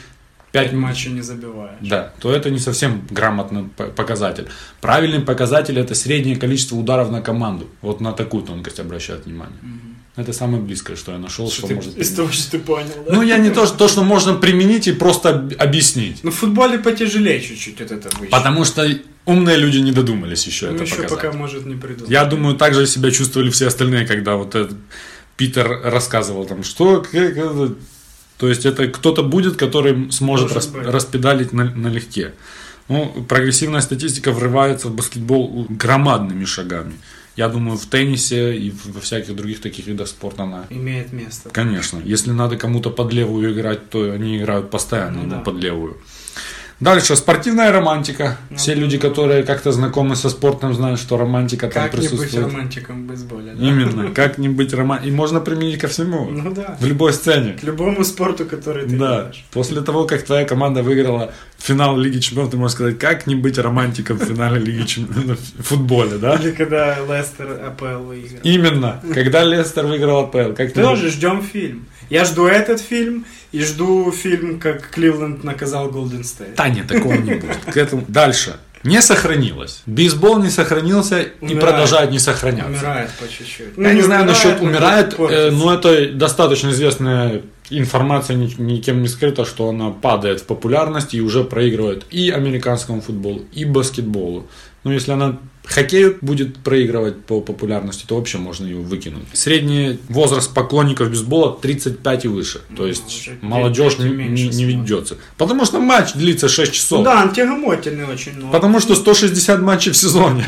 G: 5
H: Пять матчей не забивает.
G: Да, то это не совсем грамотный п- показатель. Правильный показатель это среднее количество ударов на команду. Вот на такую тонкость обращают внимание. Это самое близкое, что я нашел, что,
H: Что ты-
G: можно
H: из
G: применить.
H: того, что ты понял, да?
G: Ну, я не то, что, то, что можно применить и просто об- объяснить.
H: Ну, в футболе потяжелее чуть-чуть вот это выше.
G: Потому что умные люди не додумались еще
H: Ну,
G: это
H: еще
G: показать.
H: пока, может, не придут.
G: Я думаю, так же себя чувствовали все остальные, когда вот этот Питер рассказывал там, что... как это?» То есть это кто-то будет, который сможет
H: Должен
G: рас-
H: быть.
G: распедалить на- налегке. Ну, прогрессивная статистика врывается в баскетбол громадными шагами. Я думаю, в теннисе и в- во всяких других таких видах спорта она...
H: Имеет место.
G: Конечно, если надо кому-то под левую играть, то они играют постоянно
H: Ну
G: ему
H: да.
G: под левую. Дальше, спортивная романтика.
H: Ну
G: Все люди, которые как-то знакомы со спортом, знают, что романтика там
H: Как не быть
G: присутствует.
H: романтиком в бейсболе, да?
G: Именно, как не быть роман... И можно применить ко всему.
H: Ну да.
G: В любой сцене.
H: К любому спорту, который
G: Да.
H: ты делаешь.
G: После того, как твоя команда выиграла финал Лиги Чемпионов, ты можешь сказать, как не быть романтиком в финале Лиги Чемпионов в футболе, да?
H: Или когда Лестер АПЛ выиграл.
G: Именно. Когда Лестер выиграл АПЛ, как ты
H: Тоже ждем фильм. Я жду этот фильм и жду фильм, как Кливленд наказал Голден Стейт.
G: Да нет, такого не будет. К этому... Дальше. Не сохранилось. Бейсбол не сохранился и
H: Умирает.
G: продолжает не сохраняться.
H: Умирает по чуть-чуть. Ну,
G: Я не, знаю насчет умирает, э,
H: портится.
G: но это достаточно известная информация, ни- никем не скрыта, что она падает в популярности и уже проигрывает и американскому футболу, и баскетболу. Но если она хоккею будет проигрывать по популярности, то вообще можно ее выкинуть. Средний возраст поклонников бейсбола 35 и выше. То есть
H: уже
G: молодежь не,
H: дети Ну, меньше
G: не- не
H: смотрят.
G: ведется. Потому что матч длится 6 часов.
H: Ну да, он тягомотенный очень, но...
G: Потому что 160 матчей в сезоне.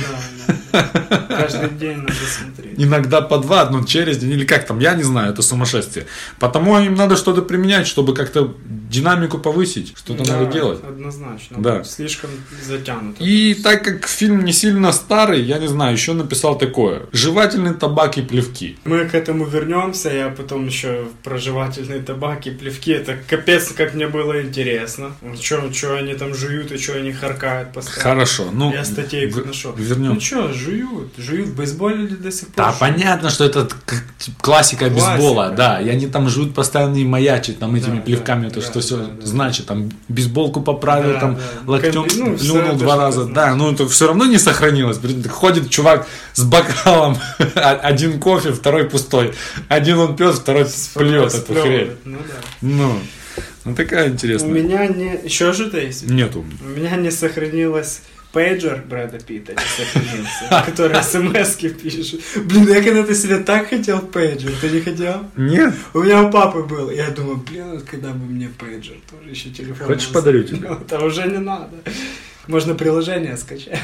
H: Да, да, да. Каждый день надо смотреть.
G: Иногда по два, но через день, или как там, я не знаю, это сумасшествие. Потому им надо что-то применять, чтобы как-то динамику повысить, что-то
H: Да,
G: ну, надо делать.
H: Однозначно.
G: Да.
H: Слишком затянуто.
G: И так как фильм не сильно старый, я не знаю, еще написал такое. Жевательный табак и плевки.
H: Мы к этому вернемся, я потом еще про жевательный табак и плевки, это капец, как мне было интересно. Что они там жуют и что они харкают постоянно.
G: Хорошо, ну...
H: Я статей
G: в-
H: нашел.
G: Вернем.
H: Ну что, жуют? Жуют в бейсболе до сих пор?
G: Да,
H: жуют?
G: понятно, что это к- классика бейсбола, да. И они там живут постоянно и маячат там этими
H: Да,
G: плевками,
H: да,
G: то что
H: да,
G: все
H: да, да.
G: значит, там бейсболку поправил,
H: Да,
G: там
H: да. Ну,
G: локтем
H: как бы, ну, всё
G: плюнул два
H: это что-то
G: раза.
H: значит.
G: Да, ну это все равно не сохранилось. Блин, так Ходит чувак с бокалом, [laughs] а- один кофе, второй пустой. Один он пьет, второй плюет эту хрень.
H: Сплёвывают, Ну да.
G: Ну, ну такая
H: У
G: интересная.
H: меня не... Еще что-то есть?
G: Нету.
H: У меня не сохранилось пейджер Брэда Питта, не
G: [laughs]
H: сохранился, который смс пишет. Блин, я когда-то себе так хотел пейджер, ты не хотел?
G: Нет?
H: У меня у папы был. Я думаю, блин, вот когда бы мне пейджер, тоже еще телефон.
G: Хочешь,
H: был.
G: подарю тебе?
H: Ну, [laughs] Да уже не надо. Можно
G: [laughs]
H: приложение скачать.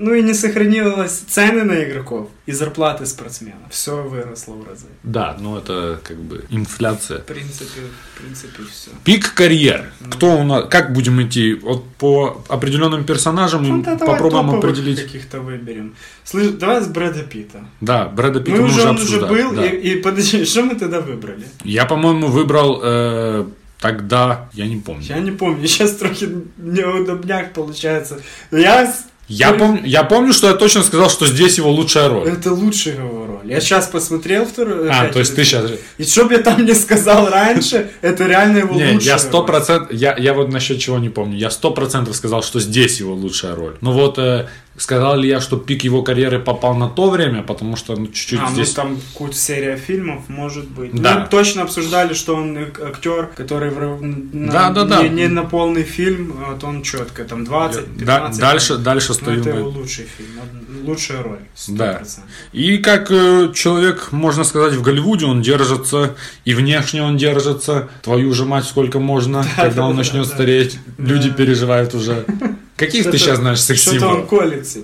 H: Ну и не сохранилось цены на игроков и зарплаты спортсменов. Все выросло в разы.
G: Да, ну это как бы инфляция.
H: В принципе, в принципе, все.
G: Пик карьер. Кто у нас, как будем идти? Вот по определенным персонажам
H: Ну,
G: им
H: да, давай
G: попробуем
H: топовых
G: определить.
H: каких-то выберем. Слышь, давай с Брэда Питта.
G: Да, Брэда Питта
H: Мы
G: мы
H: уже,
G: уже
H: он Ну, уже
G: обсуждали.
H: был,
G: да.
H: и, и подожди, [laughs] что мы тогда выбрали?
G: Я, по-моему, выбрал э, тогда, я не помню.
H: Я не помню, [laughs] сейчас трохи неудобняк получается. Я... с-
G: Я, пом- я помню, что я точно сказал, что здесь его лучшая роль.
H: Это лучшая его роль. Я сейчас посмотрел вторую... э,
G: А,
H: опять
G: то есть ты
H: раз.
G: сейчас...
H: И что бы я там не
G: [laughs]
H: сказал раньше, это реально его
G: Не,
H: лучшая
G: я сто
H: роль.
G: процентов, я, я вот насчет чего не помню, я сто процентов сказал, что здесь его лучшая роль. Но вот э, сказал ли я, что пик его карьеры попал на то время, потому что ну, чуть-чуть
H: А,
G: здесь...
H: ну там какую-то серия фильмов, может быть.
G: Да.
H: Мы точно обсуждали, что он э, актер, который в рав- на-
G: Да, да, да.
H: Не, не на полный фильм, а вот он четко, там 20, 15.
G: Да, дальше, дальше
H: Ну,
G: стою.
H: это
G: на-
H: его лучший фильм, од- лучшая роль. 100%.
G: Да. И как э, человек, можно сказать, в Голливуде он держится, и внешне он держится. Твою же мать, сколько можно, когда он
H: да,
G: начнет
H: да.
G: стареть, люди
H: Да.
G: переживают уже. Каких ты
H: Что-то-
G: сейчас знаешь секс
H: Что-то он колется.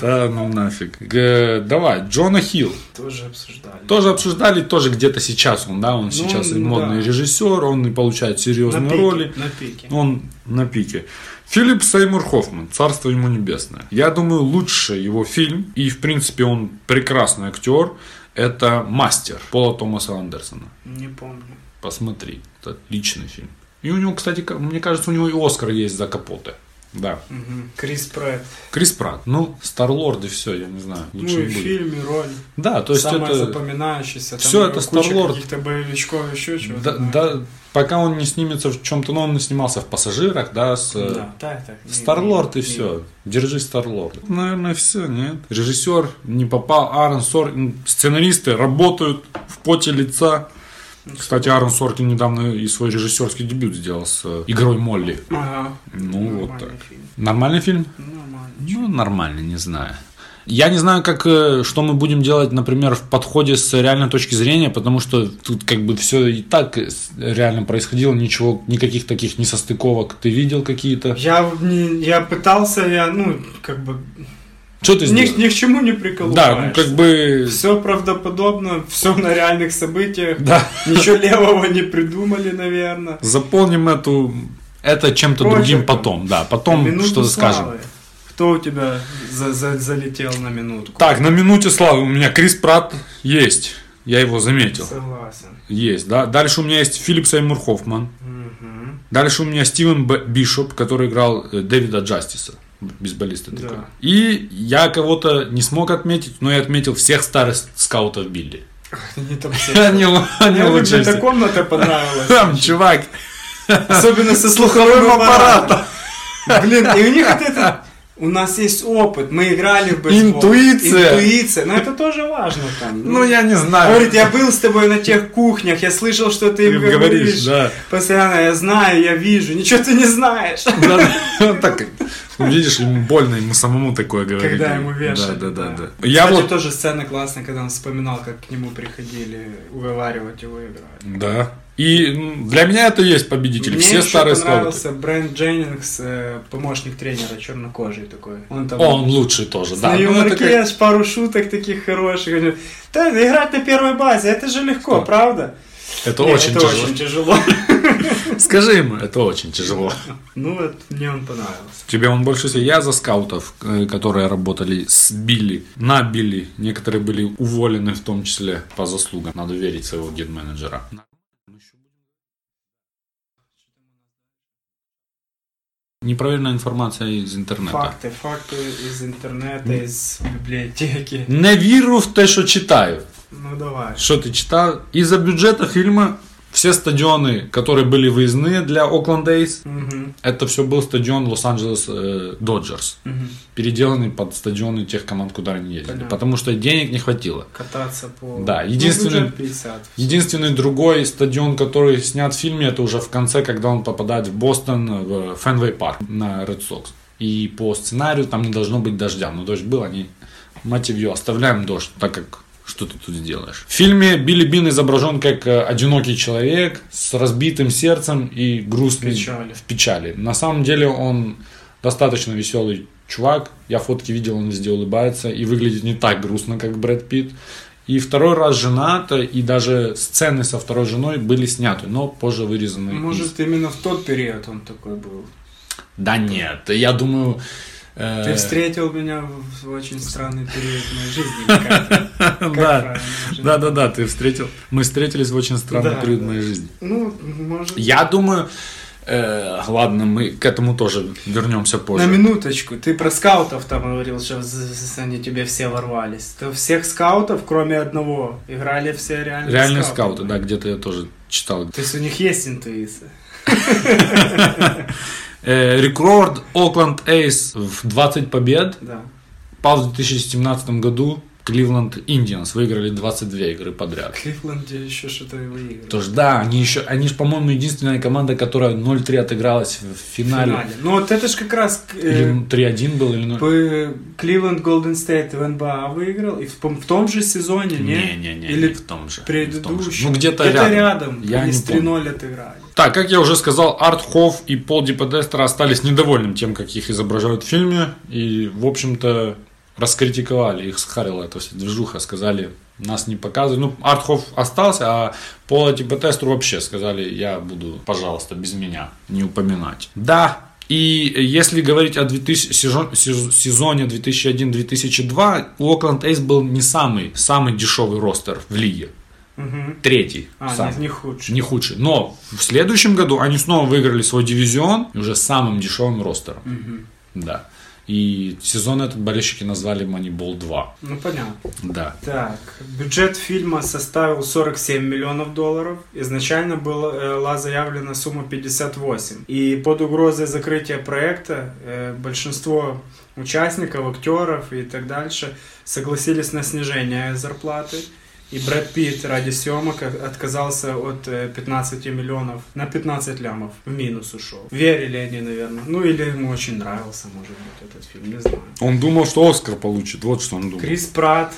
G: Да ну нафиг. Г- Давай, Джона Хилл.
H: Тоже обсуждали.
G: Тоже обсуждали, тоже где-то сейчас он, да, он сейчас и
H: ну
G: модный
H: да.
G: режиссер, он и получает
H: на
G: серьезные
H: пике,
G: роли. Ну.
H: На пике.
G: Он на пике. Филипп Сеймур Хоффман, царство ему небесное. Я думаю, лучше его фильм, и в принципе он прекрасный актер, это «Мастер» Пола Томаса Андерсона.
H: Не помню.
G: Посмотри, это отличный фильм. И у него, кстати, ка- мне кажется, у него и «Оскар» есть за капоты. Да.
H: Мгм. Крис Прэтт.
G: Крис Пратт. Ну, Старлорд и все, я не знаю.
H: Ну
G: Лучше
H: и
G: не
H: в
G: будет.
H: фильме роль.
G: Да, то есть
H: Самое
G: это...
H: запоминающееся. Там
G: всё это
H: куча
G: Старлорд.
H: каких-то боевичков, еще
G: да-
H: чего-то.
G: да, пока он не снимется в чем-то, но он снимался в «Пассажирах», да, с... э,
H: Да, так, так. не-
G: Старлорд и
H: не-
G: все. Держи Старлорд. Наверное, все, нет. Режиссер не попал. Аарон Соркин. Сценаристы работают в поте лица. Кстати, Аарон Соркин недавно и свой режиссерский дебют сделал с э, игрой Молли.
H: Ага.
G: Ну, вот
H: Нормальный
G: так.
H: фильм.
G: Нормальный фильм?
H: Нормально.
G: Ну, нормально, не знаю. Я не знаю, как, э, что мы будем делать, например, в подходе с реальной точки зрения, потому что тут как бы все и так э, с- реально происходило, ничего, никаких таких несостыковок. Ты видел какие-то?
H: Я, в- не, я пытался, я, ну, как бы,
G: Что ты
H: ни,
G: сделал?
H: ни к чему не приколупаешься.
G: Да, ну как бы...
H: Все правдоподобно, все на реальных событиях.
G: Да. [laughs]
H: Ничего левого не придумали, наверное.
G: Заполним эту... Это чем-то
H: Прочерком.
G: другим потом, да. Потом
H: Минуту
G: что-то
H: славы.
G: скажем.
H: Кто у тебя за- за- залетел на минутку?
G: Так, на минуте славы у меня Крис Пратт есть. Я его заметил.
H: Согласен.
G: Есть, да. Дальше у меня есть Филипп Саймур Хоффман.
H: Мгм.
G: Дальше у меня Стивен Б- Бишоп, который играл э, Дэвида Джастиса, бейсболиста
H: Да.
G: такой. И я кого-то не смог отметить, но я отметил всех старых скаутов Билли. [laughs]
H: Они там все-
G: Они, л- они
H: Мне вот
G: лучше
H: эта
G: всех.
H: комната понравилась.
G: Там, чувак,
H: Особенно со слуховым аппаратом. Блин, и у них вот это... У нас есть опыт, мы играли в бейсбол.
G: Интуиция.
H: Интуиция, но это тоже важно там.
G: ну я не знаю.
H: Говорит, я был с тобой на тех кухнях, я слышал, что ты
G: Ты
H: им
G: им говоришь,
H: говоришь.
G: да. [laughs]
H: Постоянно я знаю, я вижу, ничего ты не знаешь.
G: Да, да, он так, Видишь, ему больно, ему самому такое говорили.
H: Когда ему вешали.
G: Да, да, да. да. Я
H: Кстати,
G: вот...
H: тоже сцена классная, когда он вспоминал, как к нему приходили уговаривать его играть.
G: Да. И ну, для меня это и есть победитель.
H: Мне
G: Все
H: еще
G: старые славы.
H: понравился Брэнд Дженнингс, э, помощник тренера, чернокожий такой. Он там...
G: Он лучший тоже, да.
H: на
G: Ну, это
H: юморке
G: как-
H: аж пару шуток таких хороших. Он говорит, Да, играть на первой базе, это же легко, правда?
G: Это
H: Не,
G: очень
H: это
G: тяжело.
H: очень тяжело. [laughs]
G: Скажи ему, это очень тяжело.
H: Ну вот, мне он понравился.
G: Тебе он больше всего. Я за скаутов, э, которые работали с Билли, на Билли. Некоторые были уволены, в том числе по заслугам. Надо верить своего ген-менеджера. Неправильная информация из интернета.
H: Факты, факты из интернета, из библиотеки.
G: Не віру в те, що читаю.
H: Ну давай.
G: Что ты читал? Из-за бюджета фильма все стадионы, которые были выездные для Окленд Эйс,
H: Мгм.
G: это все был стадион Лос-Анджелес э, Доджерс, переделанный под стадионы тех команд, куда они ездили,
H: Понятно.
G: потому что денег не хватило.
H: Кататься по...
G: Да,
H: Ну,
G: единственное-
H: бюджет 50.
G: Единственный другой стадион, который снят в фильме, это уже в конце, когда он попадает в Бостон, в Фенвей Парк на Ред Сокс. И по сценарию там не должно быть дождя. Но дождь был, они, мать ее, оставляем дождь, так как что ты тут сделаешь? В фильме Билли Бин изображен как э, одинокий человек с разбитым сердцем и грустный
H: В печали.
G: в печали. На самом деле он достаточно веселый чувак. Я фотки видел, он везде улыбается и выглядит не так грустно, как Брэд Питт. И второй раз женат, и даже сцены со второй женой были сняты, но позже вырезаны. из-
H: Может, именно в тот период он такой был.
G: Да нет, я думаю... э,
H: Ты встретил меня в в очень странный период моей жизни. Катя. Как
G: Да,
H: правильно же?
G: да, да, да, ты встретил. Мы встретились в очень странный
H: Да,
G: период
H: да.
G: моей жизни.
H: Ну, может...
G: Я думаю, э, ладно, мы к этому тоже вернемся позже.
H: На минуточку, ты про скаутов там говорил, что з- з- они тебе все ворвались. То всех скаутов, кроме одного, играли все реальные
G: Реальные скауты, да, где-то я тоже читал.
H: То есть у них есть интуиция.
G: Э, Рекорд Окленд Эйс в 20 побед.
H: Да.
G: Пал в 2017 году Кливленд Индианс выиграли 22 игры подряд.
H: Кливленде еще что-то и выиграли.
G: То ж да, они еще, они же, по-моему, единственная команда, которая 0-3 отыгралась в
H: В
G: финале.
H: финале. Ну вот это ж как раз э,
G: Или 3-1 был, или 0.
H: п- Кливленд Голден Стейт в НБА выиграл. И в, пом- в том же сезоне, не?
G: Не-не-не,
H: Или
G: не в том же. не в том же.
H: предыдущем.
G: Ну, где-то
H: рядом.
G: рядом.
H: Я
G: Я не
H: Они с
G: помню.
H: 3-0 отыграли.
G: Так, как я уже сказал, Арт Хофф и Пол Диподестера остались недовольным тем, как их изображают в фильме. И, в общем-то, раскритиковали их с Харрила, то есть движуха, сказали, нас не показывают. Ну, Арт Хофф остался, а Пола Диподестеру вообще сказали, я буду, пожалуйста, без меня не упоминать. Да, и если говорить о 2000 сезон- сез- сезоне 2001-2002, у Окленд Эйс был не самый, самый дешевый ростер в лиге.
H: Мгм.
G: Третий.
H: А,
G: самый.
H: нет, не худший.
G: Не худший. Но в следующем году они снова выиграли свой дивизион и уже с самым дешевым ростером. Да. И сезон этот болельщики назвали Moneyball 2.
H: Ну понятно.
G: Да.
H: Так, бюджет фильма составил 47 миллионов долларов. Изначально э, была заявлена сумма 58. И под угрозой закрытия проекта э, большинство участников, актеров и так дальше согласились на снижение зарплаты. И Брэд Питт ради съемок отказался от э, 15 миллионов на 15 лямов. В минус ушел. Верили они, наверное. Ну или ему очень нравился, может быть, этот фильм, не знаю.
G: Он думал, что Оскар получит. Вот что он думал.
H: Крис Пратт,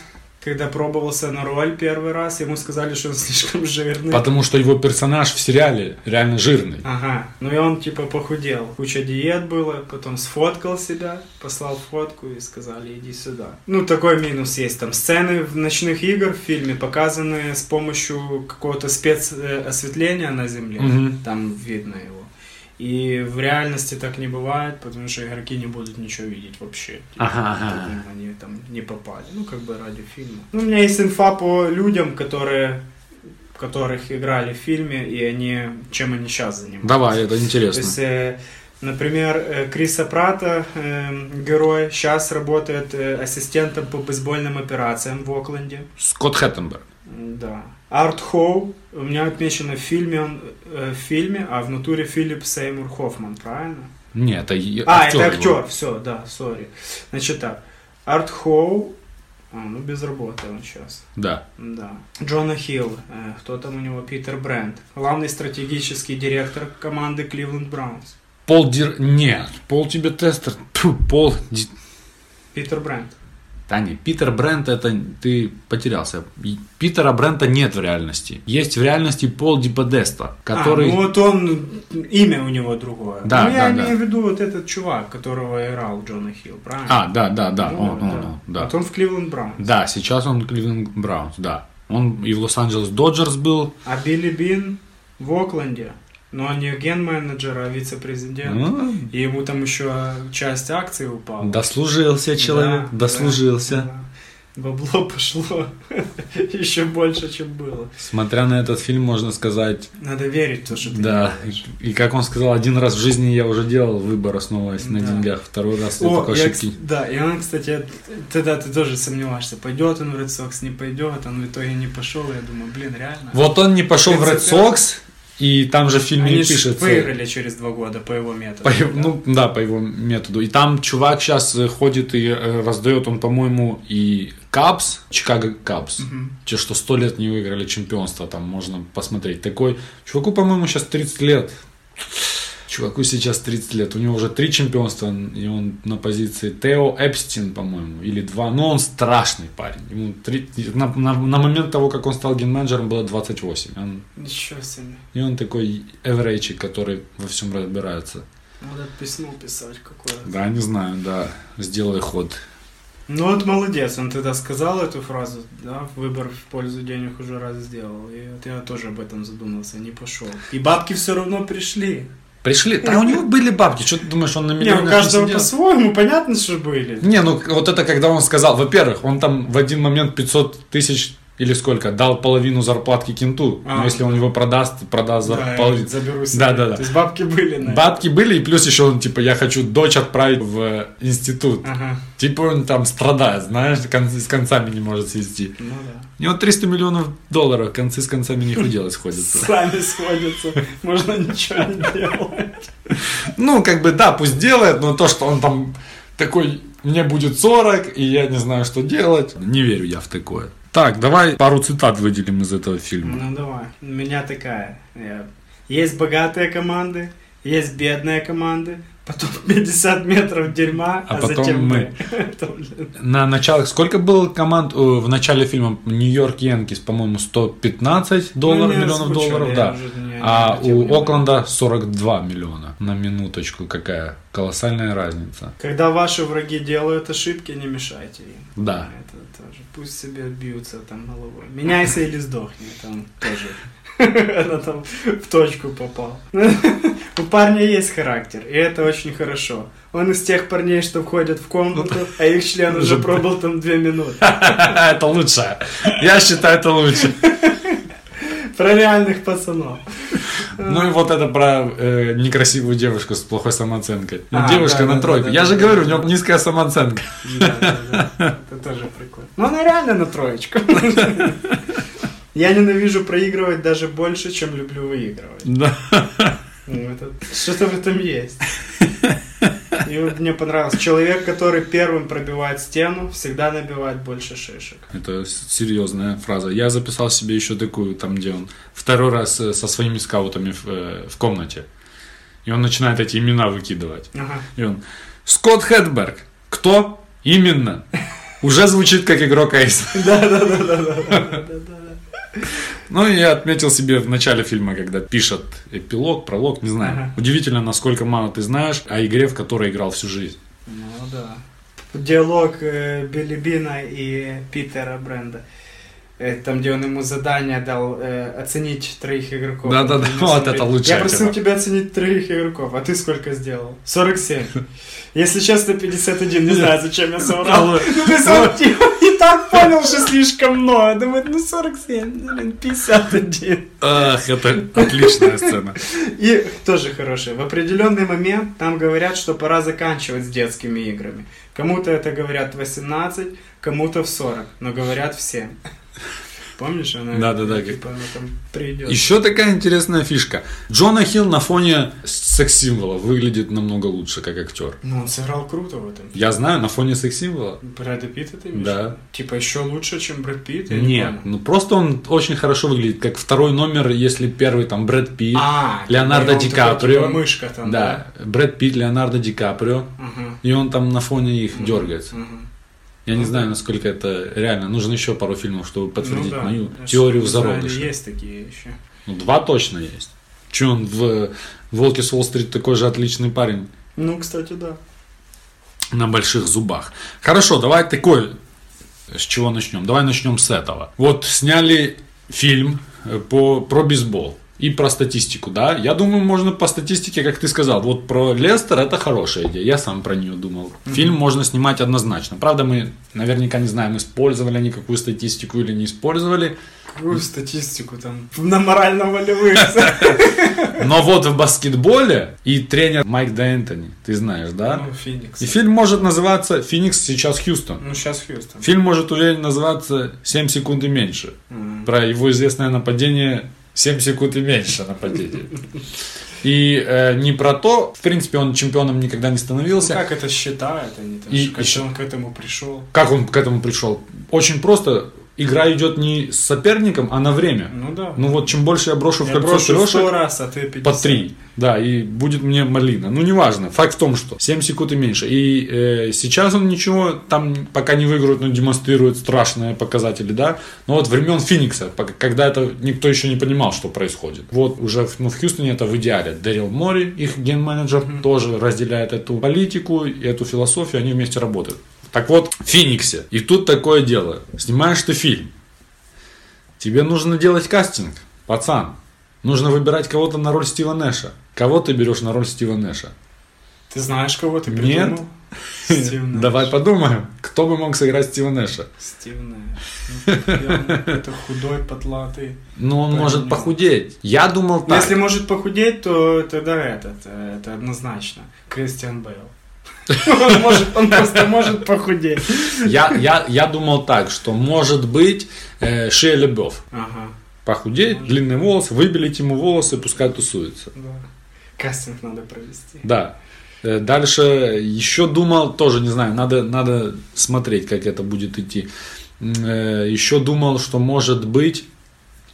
H: когда пробовался на роль первый раз, ему сказали, что он слишком жирный.
G: Потому что его персонаж в сериале реально жирный.
H: Ага, ну и он типа похудел. Куча диет было, потом сфоткал себя, послал фотку и сказали, иди сюда. Ну, такой минус есть там. Сцены в ночных игр в фильме показаны с помощью какого-то спецосветления на земле.
G: Мгм.
H: Там видно его. И в реальности так не бывает, потому что игроки не будут ничего видеть вообще.
G: Ага, ага.
H: Поэтому Они там не попали. Ну, как бы ради фильма. Ну, у меня есть инфа по людям, которые которых играли в фильме, и они чем они сейчас занимаются.
G: Давай, это
H: То есть,
G: интересно.
H: э, например, э, Криса Прата, э, герой, сейчас работает э, ассистентом по бейсбольным операциям в Окленде.
G: Скотт Хэттенберг.
H: Да. Арт Хоу у меня отмечено в фильме, он, э, в фильме, а в натуре Филипп Сеймур Хоффман, правильно?
G: Не, это и-
H: А,
G: актер
H: это
G: его.
H: актер, все, да, сори. Значит так, Арт Хоу, а, ну без работы он сейчас.
G: Да.
H: Да. Джона Хилл, э, кто там у него, Питер Брент, главный стратегический директор команды Кливленд Браунс.
G: Пол Дир... Нет. Пол тебе тестер. Тьфу, Пол... Ди-
H: Питер Брент.
G: Да не, Питер Брент это ты потерялся. И Питера Брента нет в реальности. Есть в реальности Пол Диподеста, который...
H: А, ну вот он, имя у него другое.
G: Да,
H: ну, я
G: да, да.
H: имею в виду вот этот чувак, которого играл Джона Хилл, правильно?
G: А, да, да, да,
H: Ну,
G: он, он,
H: да.
G: он, да.
H: Вот он в Кливленд Браун.
G: Да, сейчас он Кливленд Браунс, да. Он и в Лос-Анджелес Доджерс был.
H: А Билли Бин в Окленде. Но он не ген-менеджер, а вице-президент.
G: Ну,
H: И ему там еще часть акций упала.
G: Дослужился человек,
H: Да,
G: дослужился.
H: да. Бабло пошло [laughs] еще больше, чем было.
G: Смотря на этот фильм, можно сказать,
H: Надо верить в то, что ты
G: да.
H: делаешь.
G: И, и как он сказал, один раз в жизни я уже делал выбор, основываясь на
H: Да.
G: деньгах, второй раз я
H: О,
G: такой
H: я,
G: ошибки.
H: кс- да, и он, кстати, тогда ты тоже сомневаешься, пойдет он в Red Sox, не пойдет, он в итоге не пошел, я думаю, блин, реально.
G: Вот он не пошел в Red
H: Принципиально.
G: Sox, и там же в фильме
H: Они
G: и
H: ж
G: пишется.
H: выиграли через два года по его методу.
G: По его-
H: да?
G: ну да, по его методу. И там чувак сейчас ходит и э, раздает он, по-моему, и Капс, Чикаго Капс. Те, что сто лет не выиграли чемпионство, там можно посмотреть. Такой, чуваку, по-моему, сейчас 30 лет. Чуваку сейчас 30 лет. У него уже три чемпионства, и он на позиции Тео Эпстин, по-моему, или два. Но он страшный парень. Ему три- на, на- на момент того, как он стал ген-менеджером, было 28. Он-
H: Ничего себе.
G: и он такой эврейчик, который во всем разбирается.
H: Надо письмо писать какое-то.
G: Да, не знаю, да. Сделай ход.
H: Ну вот молодец, он тогда сказал эту фразу, да, выбор в пользу денег уже раз сделал. И вот я тоже об этом задумался, не пошел. И бабки все равно пришли.
G: Пришли. Да, у него были бабки. Что ты думаешь, он на
H: Не,
G: миллионах
H: у
G: не
H: каждого
G: сидел?
H: по-своему, понятно, что были.
G: Не, ну вот это когда он сказал, во-первых, он там в один момент 500 тысяч или сколько, дал половину зарплатки кенту.
H: А.
G: Но если он его продаст, продаст за
H: Да,
G: половину.
H: заберу себе.
G: Да, да, да.
H: То есть бабки были на это.
G: Бабки были, и плюс еще он, типа, я хочу дочь отправить в э, институт.
H: Ага,
G: Типа он там страдает, знаешь, кон- с концами не может свести.
H: ну да.
G: У него 300 миллионов долларов, концы с концами
H: [laughs]
G: не худелось сходятся.
H: Сами сходятся, можно ничего не делать.
G: Ну, как бы, да, пусть делает, но то, что он там такой, мне будет 40, и я не знаю, что делать. Не верю я в такое. Так, давай пару цитат выделим из этого фильма.
H: Ну давай, у меня такая. я- Есть богатые команды, есть бедные команды, потом [laughs] 50 метров дерьма,
G: А
H: а,
G: потом
H: затем
G: мы.
H: мы. Это, [laughs] блин.
G: На началах сколько было команд э, в начале фильма Нью-Йорк Янкис, по-моему, 115 долларов,
H: Ну, не
G: миллионов
H: озвучивали,
G: долларов,
H: я
G: да.
H: уже не-
G: А
H: не
G: у
H: хотел
G: Окленда 42 миллиона. На минуточку какая колоссальная разница.
H: Когда ваши враги делают ошибки, не мешайте им.
G: Да. [laughs]
H: А, Это тоже. Пусть себе бьются там головой. Меняйся или сдохни. Там тоже. [laughs] Она там в точку попала. [laughs] У парня есть характер, и это очень хорошо. Он из тех парней, что входят в комнату, а их член уже пробыл там две минуты.
G: Это лучше. Я считаю, это лучше.
H: Про реальных пацанов.
G: Ну и вот это про э, некрасивую девушку с плохой самооценкой. Ну,
H: А,
G: девушка
H: да,
G: на
H: да,
G: тройку.
H: да,
G: Я
H: да,
G: же
H: да.
G: говорю, у него низкая
H: [laughs]
G: самооценка.
H: Да, да, да. Это тоже прикольно. Но она реально на троечку. [laughs] Я ненавижу проигрывать даже больше, чем люблю выигрывать.
G: Да.
H: Ну, это- Что-то в этом есть. И вот мне понравилось. Человек, который первым пробивает стену, всегда набивает больше шишек.
G: Это с- серьезная фраза. Я записал себе еще такую, там, где он второй раз э, со своими скаутами в, э, в комнате. И он начинает эти имена выкидывать.
H: Ага.
G: И он... Скотт Хедберг. Кто? Именно. Уже звучит как игрок Айс. Ну, и я отметил себе в начале фильма, когда пишет эпилог, пролог, не знаю.
H: Ага.
G: Удивительно, насколько мало ты знаешь о игре, в которой играл всю жизнь.
H: Ну да. Диалог э, Билли Бина и Питера Бренда. Э, Там, где он ему задание дал э, оценить троих игроков.
G: Да-да-да,
H: Он
G: вот
H: говорит,
G: это лучше
H: Я просил
G: этого».
H: тебя оценить троих игроков, а ты сколько сделал? 47. Если честно, 51. Не знаю, зачем я соврал.
G: Алло.
H: Ну, ты сам типа, [laughs] и так понял, что слишком много. Думает, ну 47, блин, 51.
G: Ах, это отличная сцена.
H: И тоже хорошее. В определенный момент там говорят, что пора заканчивать с детскими играми. Кому-то это говорят в 18, кому-то в 40, но говорят всем. Помнишь, она
G: Да-да-да, как-
H: типа она там придет.
G: Еще такая интересная фишка. Джона Хилл на фоне секс-символа выглядит намного лучше, как актер.
H: Ну, он сыграл круто в этом.
G: Я знаю, на фоне секс-символа.
H: Брэда Питта ты имеешь?
G: Да.
H: Типа еще лучше, чем Брэд Питт? Я не
G: Нет,
H: понял.
G: ну просто он очень хорошо выглядит, как второй номер, если первый там Брэд Питт,
H: А,
G: Леонардо
H: он
G: Ди
H: такой,
G: Каприо.
H: типа, мышка там,
G: да. Брэд Питт, Леонардо Ди Каприо.
H: Мгм.
G: И он там на фоне их дергается.
H: Мгм.
G: Я не знаю, насколько это реально. Нужно еще пару фильмов, чтобы подтвердить
H: Ну да.
G: мою
H: Знаешь,
G: теорию
H: в Израиле
G: зародыша.
H: Есть такие еще.
G: Ну, два точно есть. Че он в «Волке с Уолл-стрит» такой же отличный парень
H: Ну, кстати, да.
G: на больших зубах. Хорошо, давай такой, с чего начнем? Давай начнем с этого. Вот сняли фильм э, по, про бейсбол и про статистику, да? Я думаю, можно по статистике, как ты сказал, вот про Лестер это хорошая идея, я сам про нее думал. Фильм можно снимать однозначно. Правда, мы наверняка не знаем, использовали они какую статистику или не использовали,
H: Какую статистику там? На [laughs] морально-волевых.
G: но вот в баскетболе и тренер Майк Д'Энтони, ты знаешь, да? [laughs]
H: Ну, Феникс.
G: И фильм может называться «Феникс сейчас Хьюстон».
H: Ну, сейчас Хьюстон.
G: Фильм может уверенно называться «7 секунд и меньше». Про его известное нападение «7 секунд и меньше» нападение. И э, не про то, в принципе, он чемпионом никогда не
H: Ну,
G: становился.
H: как это считают они там?
G: И
H: же, как
G: еще-
H: он к этому пришел?
G: Как он к этому пришел? Очень просто. Игра идет не с соперником, а на время.
H: Ну да.
G: Ну вот, чем больше я брошу в
H: Я
G: кольцо
H: брошу
G: сережек,
H: сто раз, а ты 50.
G: по три. Да, и будет мне малина. Ну, неважно. Факт в том, что 7 секунд и меньше. И э, сейчас он ничего там пока не выиграет, но демонстрирует страшные показатели, да. Но вот времен Феникса, пока- когда это никто еще не понимал, что происходит. Вот уже в- ну, в Хьюстоне это в идеале. Дэрил Мори, их ген-менеджер, тоже разделяет эту политику и эту философию, они вместе работают. Так вот, в Фениксе. И тут такое дело. Снимаешь ты фильм. Тебе нужно делать кастинг, пацан. Нужно выбирать кого-то на роль Стива Нэша. Кого ты берешь на роль Стива Нэша?
H: Ты знаешь, кого ты
G: Нет. [laughs]
H: придумал? Стив Нэш.
G: Давай подумаем, кто бы мог сыграть Стива Нэша.
H: Стив Нэш. Ну, явно какой-то худой, потлатый.
G: Но Ну, он
H: Понял.
G: может похудеть. Я думал Ну, так.
H: Если может похудеть, то тогда этот, э, это однозначно. Кристиан Бейл. [laughs] Он может, он просто может похудеть.
G: Я, я, я думал так, что может быть э, Шея Лебёв
H: Ага,
G: похудеть, длинные волосы, выбелить ему волосы, пускай тусуется.
H: да. Кастинг надо провести.
G: Да. Э, Дальше еще думал, тоже не знаю, надо, надо смотреть, как это будет идти. М, э, Еще думал, что может быть,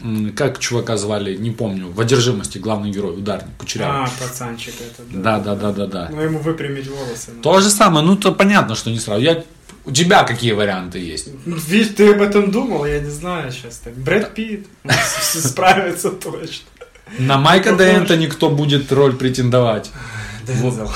G: м, как чувака звали, не помню, в одержимости главный герой, ударник, кучерявый.
H: А, пацанчик этот.
G: Да, да, да, да, да.
H: Ну, ему выпрямить волосы. надо.
G: То же самое, ну то понятно, что не сразу. Я, у тебя какие варианты есть?
H: Видишь, ты об этом думал, я не знаю сейчас так. Брэд Питт он с- с- справится точно.
G: На Майка
H: Похож.
G: Дэнта никто будет роль претендовать.
H: Дензел.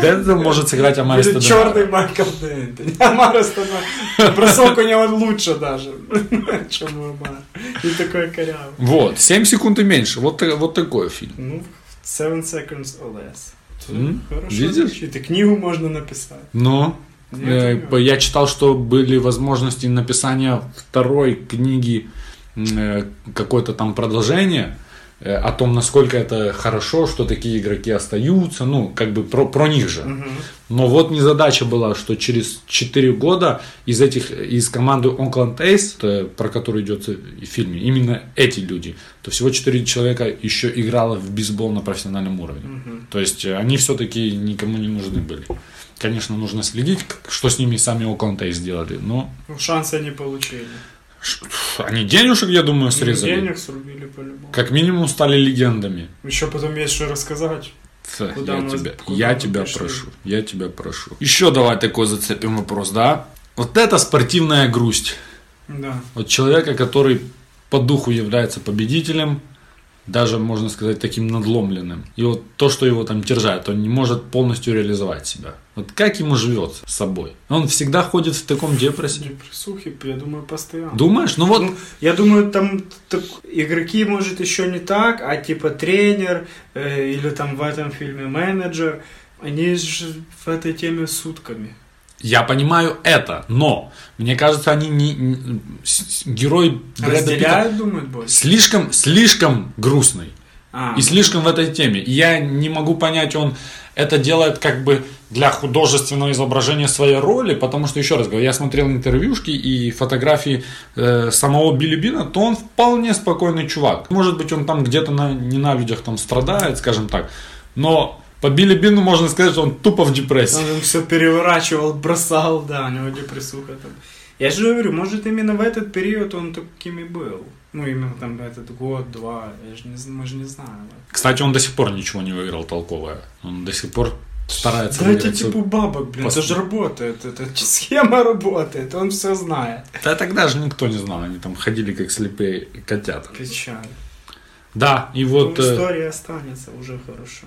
G: Дензел может сыграть Амари
H: Будет
G: Стадемара.
H: черный Майкл Дэнтон. [laughs] Амара Стана. Бросок у него лучше даже, [laughs] чем у Амара. И такой корявый.
G: Вот, 7 секунд и меньше. Вот, та- вот такой фильм.
H: Ну, Seven Seconds or Less.
G: М,
H: Хорошо.
G: видишь?
H: звучит. И книгу можно написать.
G: Но
H: Я
G: Э,
H: понимаю.
G: по- Я читал, что были возможности написания второй книги э, какое-то там продолжение э, о том, насколько это хорошо, что такие игроки остаются, ну, как бы про, про них же. Но вот незадача была, что через 4 года из этих, из команды Oakland Ace, э, про которую идет и в фильме, именно эти люди, то всего 4 человека еще играло в бейсбол на профессиональном уровне. То есть э, они все-таки никому не нужны были. Конечно, нужно следить, к- что с ними сами Oakland Ace сделали, но
H: Ну, шансы они получили.
G: ш- пф, они денежек, я думаю,
H: Ну,
G: срезали.
H: Денег срубили по-любому.
G: Как минимум стали легендами.
H: Еще потом есть что рассказать.
G: Ц,
H: Куда
G: я
H: мы-
G: тебя,
H: куда
G: я
H: мы
G: тебя
H: пришли?
G: прошу, я тебя прошу. Еще давай такой зацепим вопрос, да? Вот это спортивная грусть.
H: Да.
G: От человека, который по духу является победителем, даже, можно сказать, таким надломленным. И вот то, что его там держает, он не может полностью реализовать себя. Вот как ему живется с собой? Он всегда ходит в таком депрессе.
H: Депрессухи, я думаю, постоянно.
G: Думаешь? Ну вот,
H: Ну, я думаю, там так, игроки, может, еще не так, а типа тренер э, или там в этом фильме менеджер, они же в этой теме сутками.
G: я понимаю это, но мне кажется, они не, не- с- с- герой Брэда Питта
H: Разделяют, думают, больше.
G: слишком, слишком грустный.
H: А,
G: и слишком в этой теме. И Я не могу понять, он это делает как бы для художественного изображения своей роли, потому что, еще раз говорю, я смотрел интервьюшки и фотографии э, самого Билли Бина, то он вполне спокойный чувак. Может быть, он там где-то на ненавидях там страдает, скажем так, но по Билли Бину можно сказать, что он тупо в депрессии.
H: Он все переворачивал, бросал, да, у него депрессуха там. Я же говорю, может именно в этот период он таким и был. Ну, именно там этот год, два, я же не, з- мы же не знаем.
G: Кстати, он до сих пор ничего не выиграл толковое. Он до сих пор старается
H: Да это
G: выиграть всё.
H: типа бабок, блин,
G: Пос-
H: это же работает, это, [laughs] это схема работает, он все знает.
G: Да тогда же никто не знал, они там ходили как слепые котята. э,
H: Печаль.
G: Да, и
H: Ну,
G: вот, э,
H: история останется уже хорошо.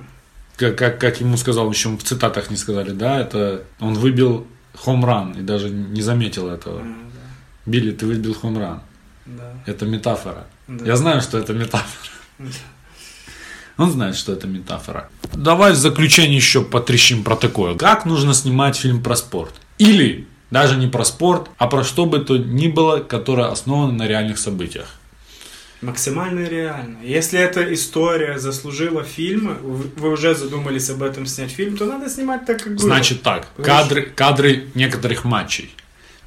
G: как, как, как ему сказал, еще в цитатах не сказали, да, это он выбил хомран и даже не заметил этого.
H: А,
G: Билли, ты выбил хомран.
H: Да.
G: Это метафора.
H: да.
G: Я знаю, что это
H: [laughs]
G: метафора. Он знает, что это метафора. Давай в заключение еще потрещим про такое. Как нужно снимать фильм про спорт? Или даже не про спорт, а про что бы то ни было, которое основано на реальных событиях.
H: Максимально реально. Если эта история заслужила фильм, вы вы уже задумались об этом снять фильм, то надо снимать так, как было.
G: Значит так,
H: Понимаешь?
G: кадры, кадры некоторых матчей.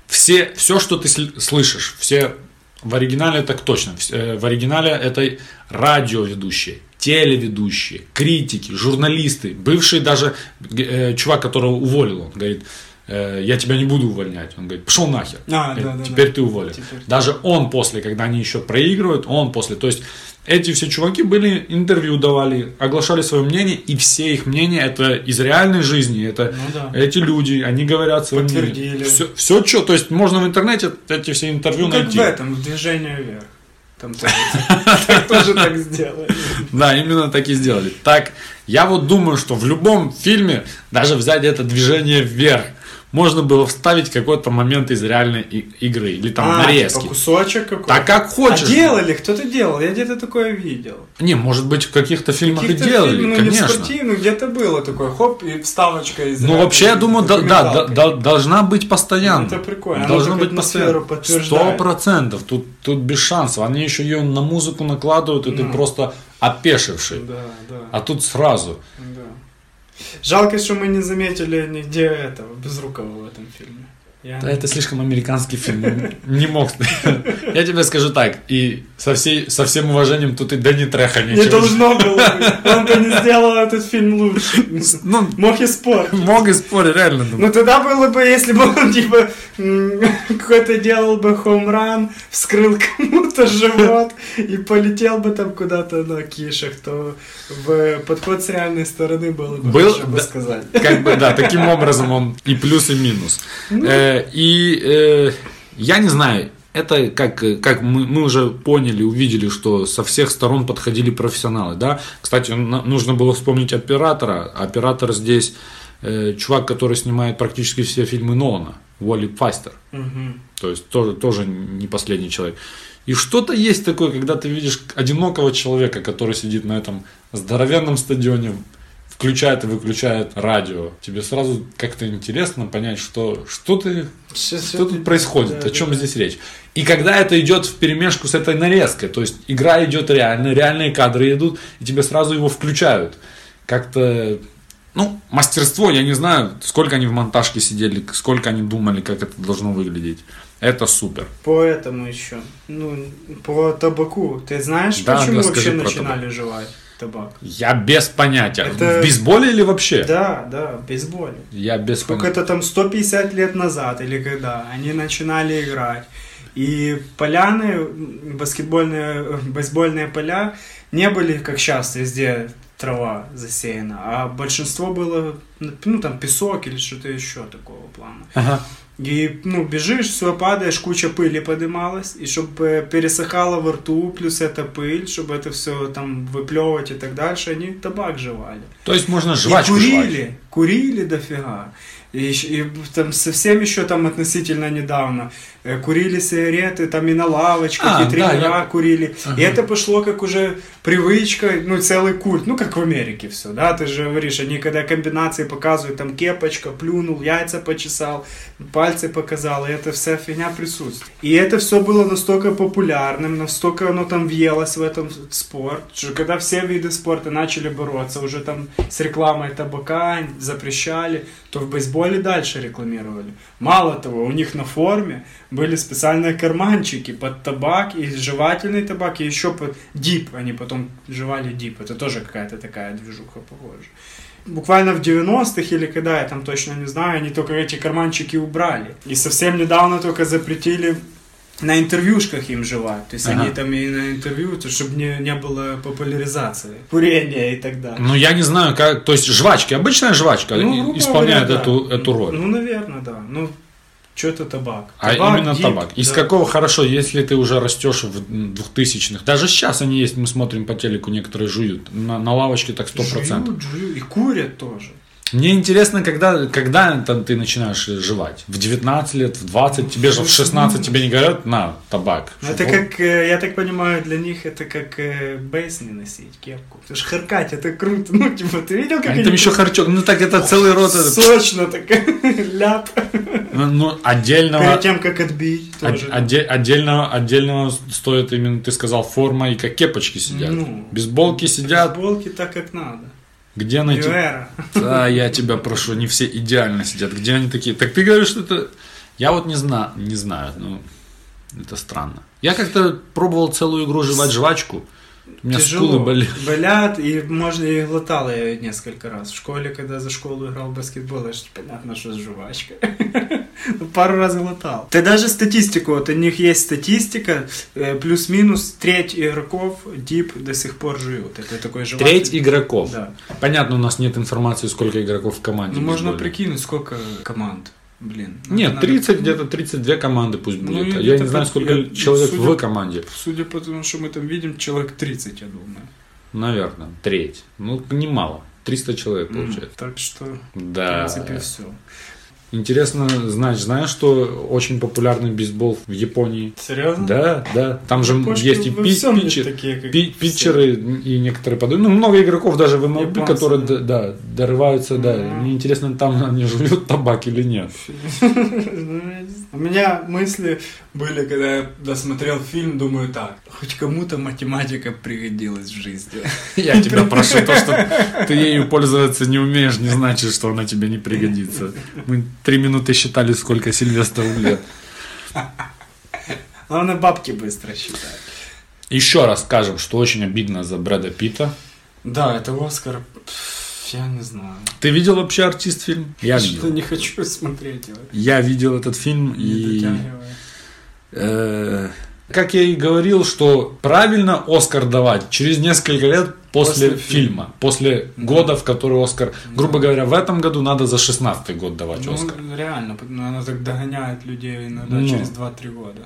G: Все, все, что ты сл- слышишь, все в оригинале так точно. вс- э, В оригинале это радиоведущие, телеведущие, критики, журналисты, бывший даже э, чувак, которого уволил, он говорит, «Э, я тебя не буду увольнять. Он говорит, пошел нахер.
H: А,
G: Говорит,
H: да, да,
G: Теперь
H: да.
G: ты уволен.
H: Теперь ты.
G: Даже он после, когда они еще проигрывают, он после. То есть эти все чуваки были, интервью давали, оглашали свое мнение, и все их мнения это из реальной жизни. Это
H: Ну да.
G: эти люди, они говорят свое
H: Подтвердили.
G: мнение. Все, все что, то есть можно в интернете эти все интервью
H: Ну, как
G: найти.
H: в этом, в движении вверх. Там тоже так [laughs] тоже так сделали.
G: Да, именно так и сделали. Так, я вот думаю, что в любом фильме, даже взять это движение вверх, можно было вставить какой-то момент из реальной и- игры или там
H: А,
G: нарезки.
H: типа
G: Так
H: кусочек какой-то.
G: как
H: А
G: хочешь.
H: делали, кто-то делал, я где-то такое видел.
G: Не, может быть, в каких-то фильмах
H: Каких-то
G: и делали,
H: фильм, ну, не
G: конечно.
H: спортивных, где-то было такое, хоп, и вставочка из
G: Ну, вообще, я думаю, да, да, да,
H: документалки.
G: да, должна быть постоянно.
H: Ну, Это прикольно. Она
G: Должна
H: так
G: быть
H: атмосферу
G: постоянно. Сто
H: подтверждает.
G: процентов. Тут, тут без шансов. Они еще ее на музыку накладывают, и ты
H: Да.
G: просто опешивший.
H: Да, да.
G: А тут сразу.
H: Да. Жалко, что мы не заметили нигде этого, Безрукова в этом фильме. Я...
G: Да, это слишком американский фильм. [laughs] он Не мог. Я тебе скажу так, и со, всей, со всем уважением тут и Дэнни Треха
H: Не
G: ничего.
H: должно было быть. Он бы не сделал этот фильм лучше.
G: Ну,
H: Мог и спор.
G: [laughs] мог и спорить, реально. ну.
H: Ну тогда было бы, если бы он типа м, [laughs] какой-то делал бы хомран, вскрыл кому-то живот и полетел бы там куда-то на кишах, то в подход с реальной стороны было бы
G: Был-
H: хорошо бы
G: да.
H: сказать.
G: Как бы, да, таким образом он и плюс, и минус. Э, И э, я не знаю, это как, э, как мы, мы уже поняли, увидели, что со всех сторон подходили профессионалы, да. Кстати, на- нужно было вспомнить оператора. Оператор здесь э, чувак, который снимает практически все фильмы Нолана, Уолли Фастер. То есть тоже, тоже не последний человек. И что-то есть такое, когда ты видишь одинокого человека, который сидит на этом здоровенном стадионе, включает и выключает радио. Тебе сразу как-то интересно понять, что, что, ты, что тут происходит, о чем здесь речь. И когда это идет в перемешку с этой нарезкой, то есть игра идет реально, реальные кадры идут, и тебе сразу его включают. Как-то ну, мастерство, я не знаю, сколько они в монтажке сидели, сколько они думали, как это должно выглядеть. Это супер.
H: По этому еще. Ну, по табаку. Ты знаешь,
G: Да,
H: почему
G: да, скажи
H: вообще
G: про
H: начинали жевать табак?
G: Я без понятия.
H: Это-
G: В бейсболе или вообще?
H: Да, да, бейсболе.
G: Я без понятия.
H: Сколько-то там 150 лет назад или когда они начинали играть. И поляны, м, баскетбольные, э, бейсбольные поля не были, как сейчас, везде трава засеяна, а большинство было, ну, там, песок или что-то еще такого плана.
G: Ага.
H: И, ну, бежишь, все падаешь, куча пыли поднималась, и чтобы пересыхало во рту, плюс эта пыль, чтобы это все там выплевывать и так дальше, они табак жевали.
G: То есть можно
H: И
G: жвачку
H: курили,
G: жевать.
H: курили дофига. И, щ- и там совсем еще там относительно недавно э, курили сигареты, там и на лавочках,
G: А,
H: и тренера
G: да, я-
H: курили. И это пошло как уже привычка, ну, целый культ. Ну, как в Америке все, да, ты же говоришь, они когда комбинации показывают, там кепочка, плюнул, яйца почесал, пальцы показал, и это вся фигня присутствует. И это все было настолько популярным, настолько оно там въелось в этом спорт, что когда все виды спорта начали бороться, уже там с рекламой табака запрещали, то в бейсболе дальше рекламировали. Мало того, у них на форме были специальные карманчики под табак и жевательный табак, и еще под дип. Они потом жевали дип. Это тоже какая-то такая движуха похожа. Буквально в 90-х или когда, я там точно не знаю, они только эти карманчики убрали. И совсем недавно только запретили на интервьюшках им жевать. То есть
G: Ага.
H: они там и на интервью, то, чтобы не, не было популяризации, курения и так далее.
G: Ну, я не знаю, как... То есть, жвачки, обычная жвачка
H: Ну,
G: и-
H: грубо
G: исполняет
H: говоря, да.
G: эту, эту роль.
H: Ну, наверное, да. Ну, что-то табак.
G: А
H: Табак,
G: именно
H: дип,
G: табак. Из
H: да.
G: какого хорошо, если ты уже растешь в м, 2000-х. Даже сейчас они есть, мы смотрим по телеку, некоторые жуют. На, на лавочке так 100%.
H: Жуют, жуют. И курят тоже.
G: Мне интересно, когда, когда там ты начинаешь жевать? В 19 лет, в 20, тебе же в 16 тебе не говорят, на, табак. а
H: Ну, это
G: Вот.
H: как, э, я так понимаю, для них это как э, бейс не носить, кепку. Потому что харкать, это круто. [laughs] Ну, типа, ты видел, как
G: Они там
H: [laughs]
G: еще харчок, ну так это целый рот. это-
H: Сочно так, [laughs] ляп.
G: Ну, а ну, отдельного,
H: Перед тем, как отбить,
G: от-
H: тоже.
G: отде- отдельного, отдельного стоит именно, ты сказал, форма и как кепочки сидят.
H: Ну.
G: Бейсболки сидят,
H: Футболки так, как надо.
G: где найти...
H: Юэра.
G: Да, я тебя прошу, не все идеально сидят. Где они такие? Так ты говоришь, что это... Я вот не знаю, не знаю, ну, это странно. Я как-то пробовал целую игру жевать жвачку. У меня скулы болели.
H: болят, и можно и глотал я её несколько раз. В школе, когда за школу играл в баскетбол, я ж, понятно, что с жвачкой. [laughs] Ну, Пару раз глотал. Ты даже статистику, вот у них есть статистика, э, плюс-минус треть игроков дип до сих пор живут. Это такой жвачный.
G: Треть игроков.
H: Да.
G: Понятно, у нас нет информации, сколько игроков в команде.
H: Ну, можно
G: бейсбольной.
H: прикинуть, сколько команд. Блин. ну,
G: Нет,
H: надо-
G: 30, где-то 32 команды пусть
H: Ну,
G: будет.
H: и
G: я
H: где-то
G: не знаю,
H: так,
G: сколько
H: я-
G: человек в
H: судя-
G: команде.
H: Судя по тому, что мы там видим, человек 30, я думаю.
G: Наверное, треть. Ну, немало. 300 человек
H: М,
G: получается. А, э,
H: Так что, в
G: Да.
H: принципе, все.
G: Интересно знать, знаешь, что очень популярный бейсбол в Японии?
H: Серьезно?
G: Да, да. Там же
H: Япошки
G: есть и
H: во
G: пи-
H: всём
G: питчер-
H: такие, как
G: пи-
H: все. [laughs]
G: питчеры и некоторые подобные. Ну, много игроков даже в MLB,
H: Японцы,
G: которые
H: да. М-м.
G: да. да, дорываются, да.
H: Мгм.
G: Мне интересно, там они жуют табак или нет.
H: Ну, У меня мысли были, когда я досмотрел фильм, думаю так, хоть кому-то математика пригодилась в жизни. [laughs]
G: Я тебя прошу, то, что ты ею пользоваться не умеешь, не значит, что она тебе не пригодится. Мы три минуты считали, сколько Сильвестру лет.
H: Главное, бабки быстро считает.
G: Еще раз скажем, что очень обидно за Брэда Питта.
H: Да, это Оскар, пф, я не знаю.
G: Ты видел вообще артист фильм? Я
H: Что-то
G: видел.
H: не хочу [laughs] смотреть его.
G: Я видел этот фильм
H: Не
G: и...
H: дотягиваю.
G: Э, Как я и говорил, что правильно Оскар давать через несколько лет после,
H: После фильма.
G: фильма, после года, в который Оскар, грубо говоря, в этом году надо за 16 год давать а Оскар.
H: Ну, реально, потому- она так догоняет людей иногда
G: Ну.
H: через 2-3 года.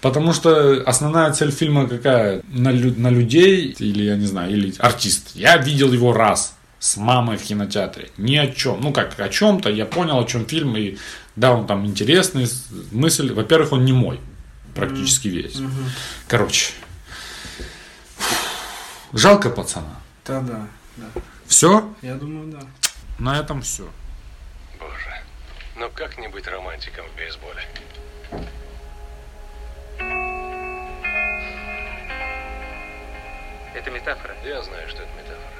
G: Потому что основная цель фильма какая? На, лю- на людей, или я не знаю, или артист. Я видел его раз с мамой в кинотеатре. Ни о чем. Ну как, о чем-то. Я понял, о чем фильм. И да, он там интересный, с- мысль. Во-первых, он не мой. Практически весь. Короче. Жалко пацана.
H: Да, да, да.
G: Все?
H: Я думаю, да.
G: На этом все.
J: Боже, ну как не быть романтиком в бейсболе?
E: Это метафора.
J: Я знаю, что это метафора.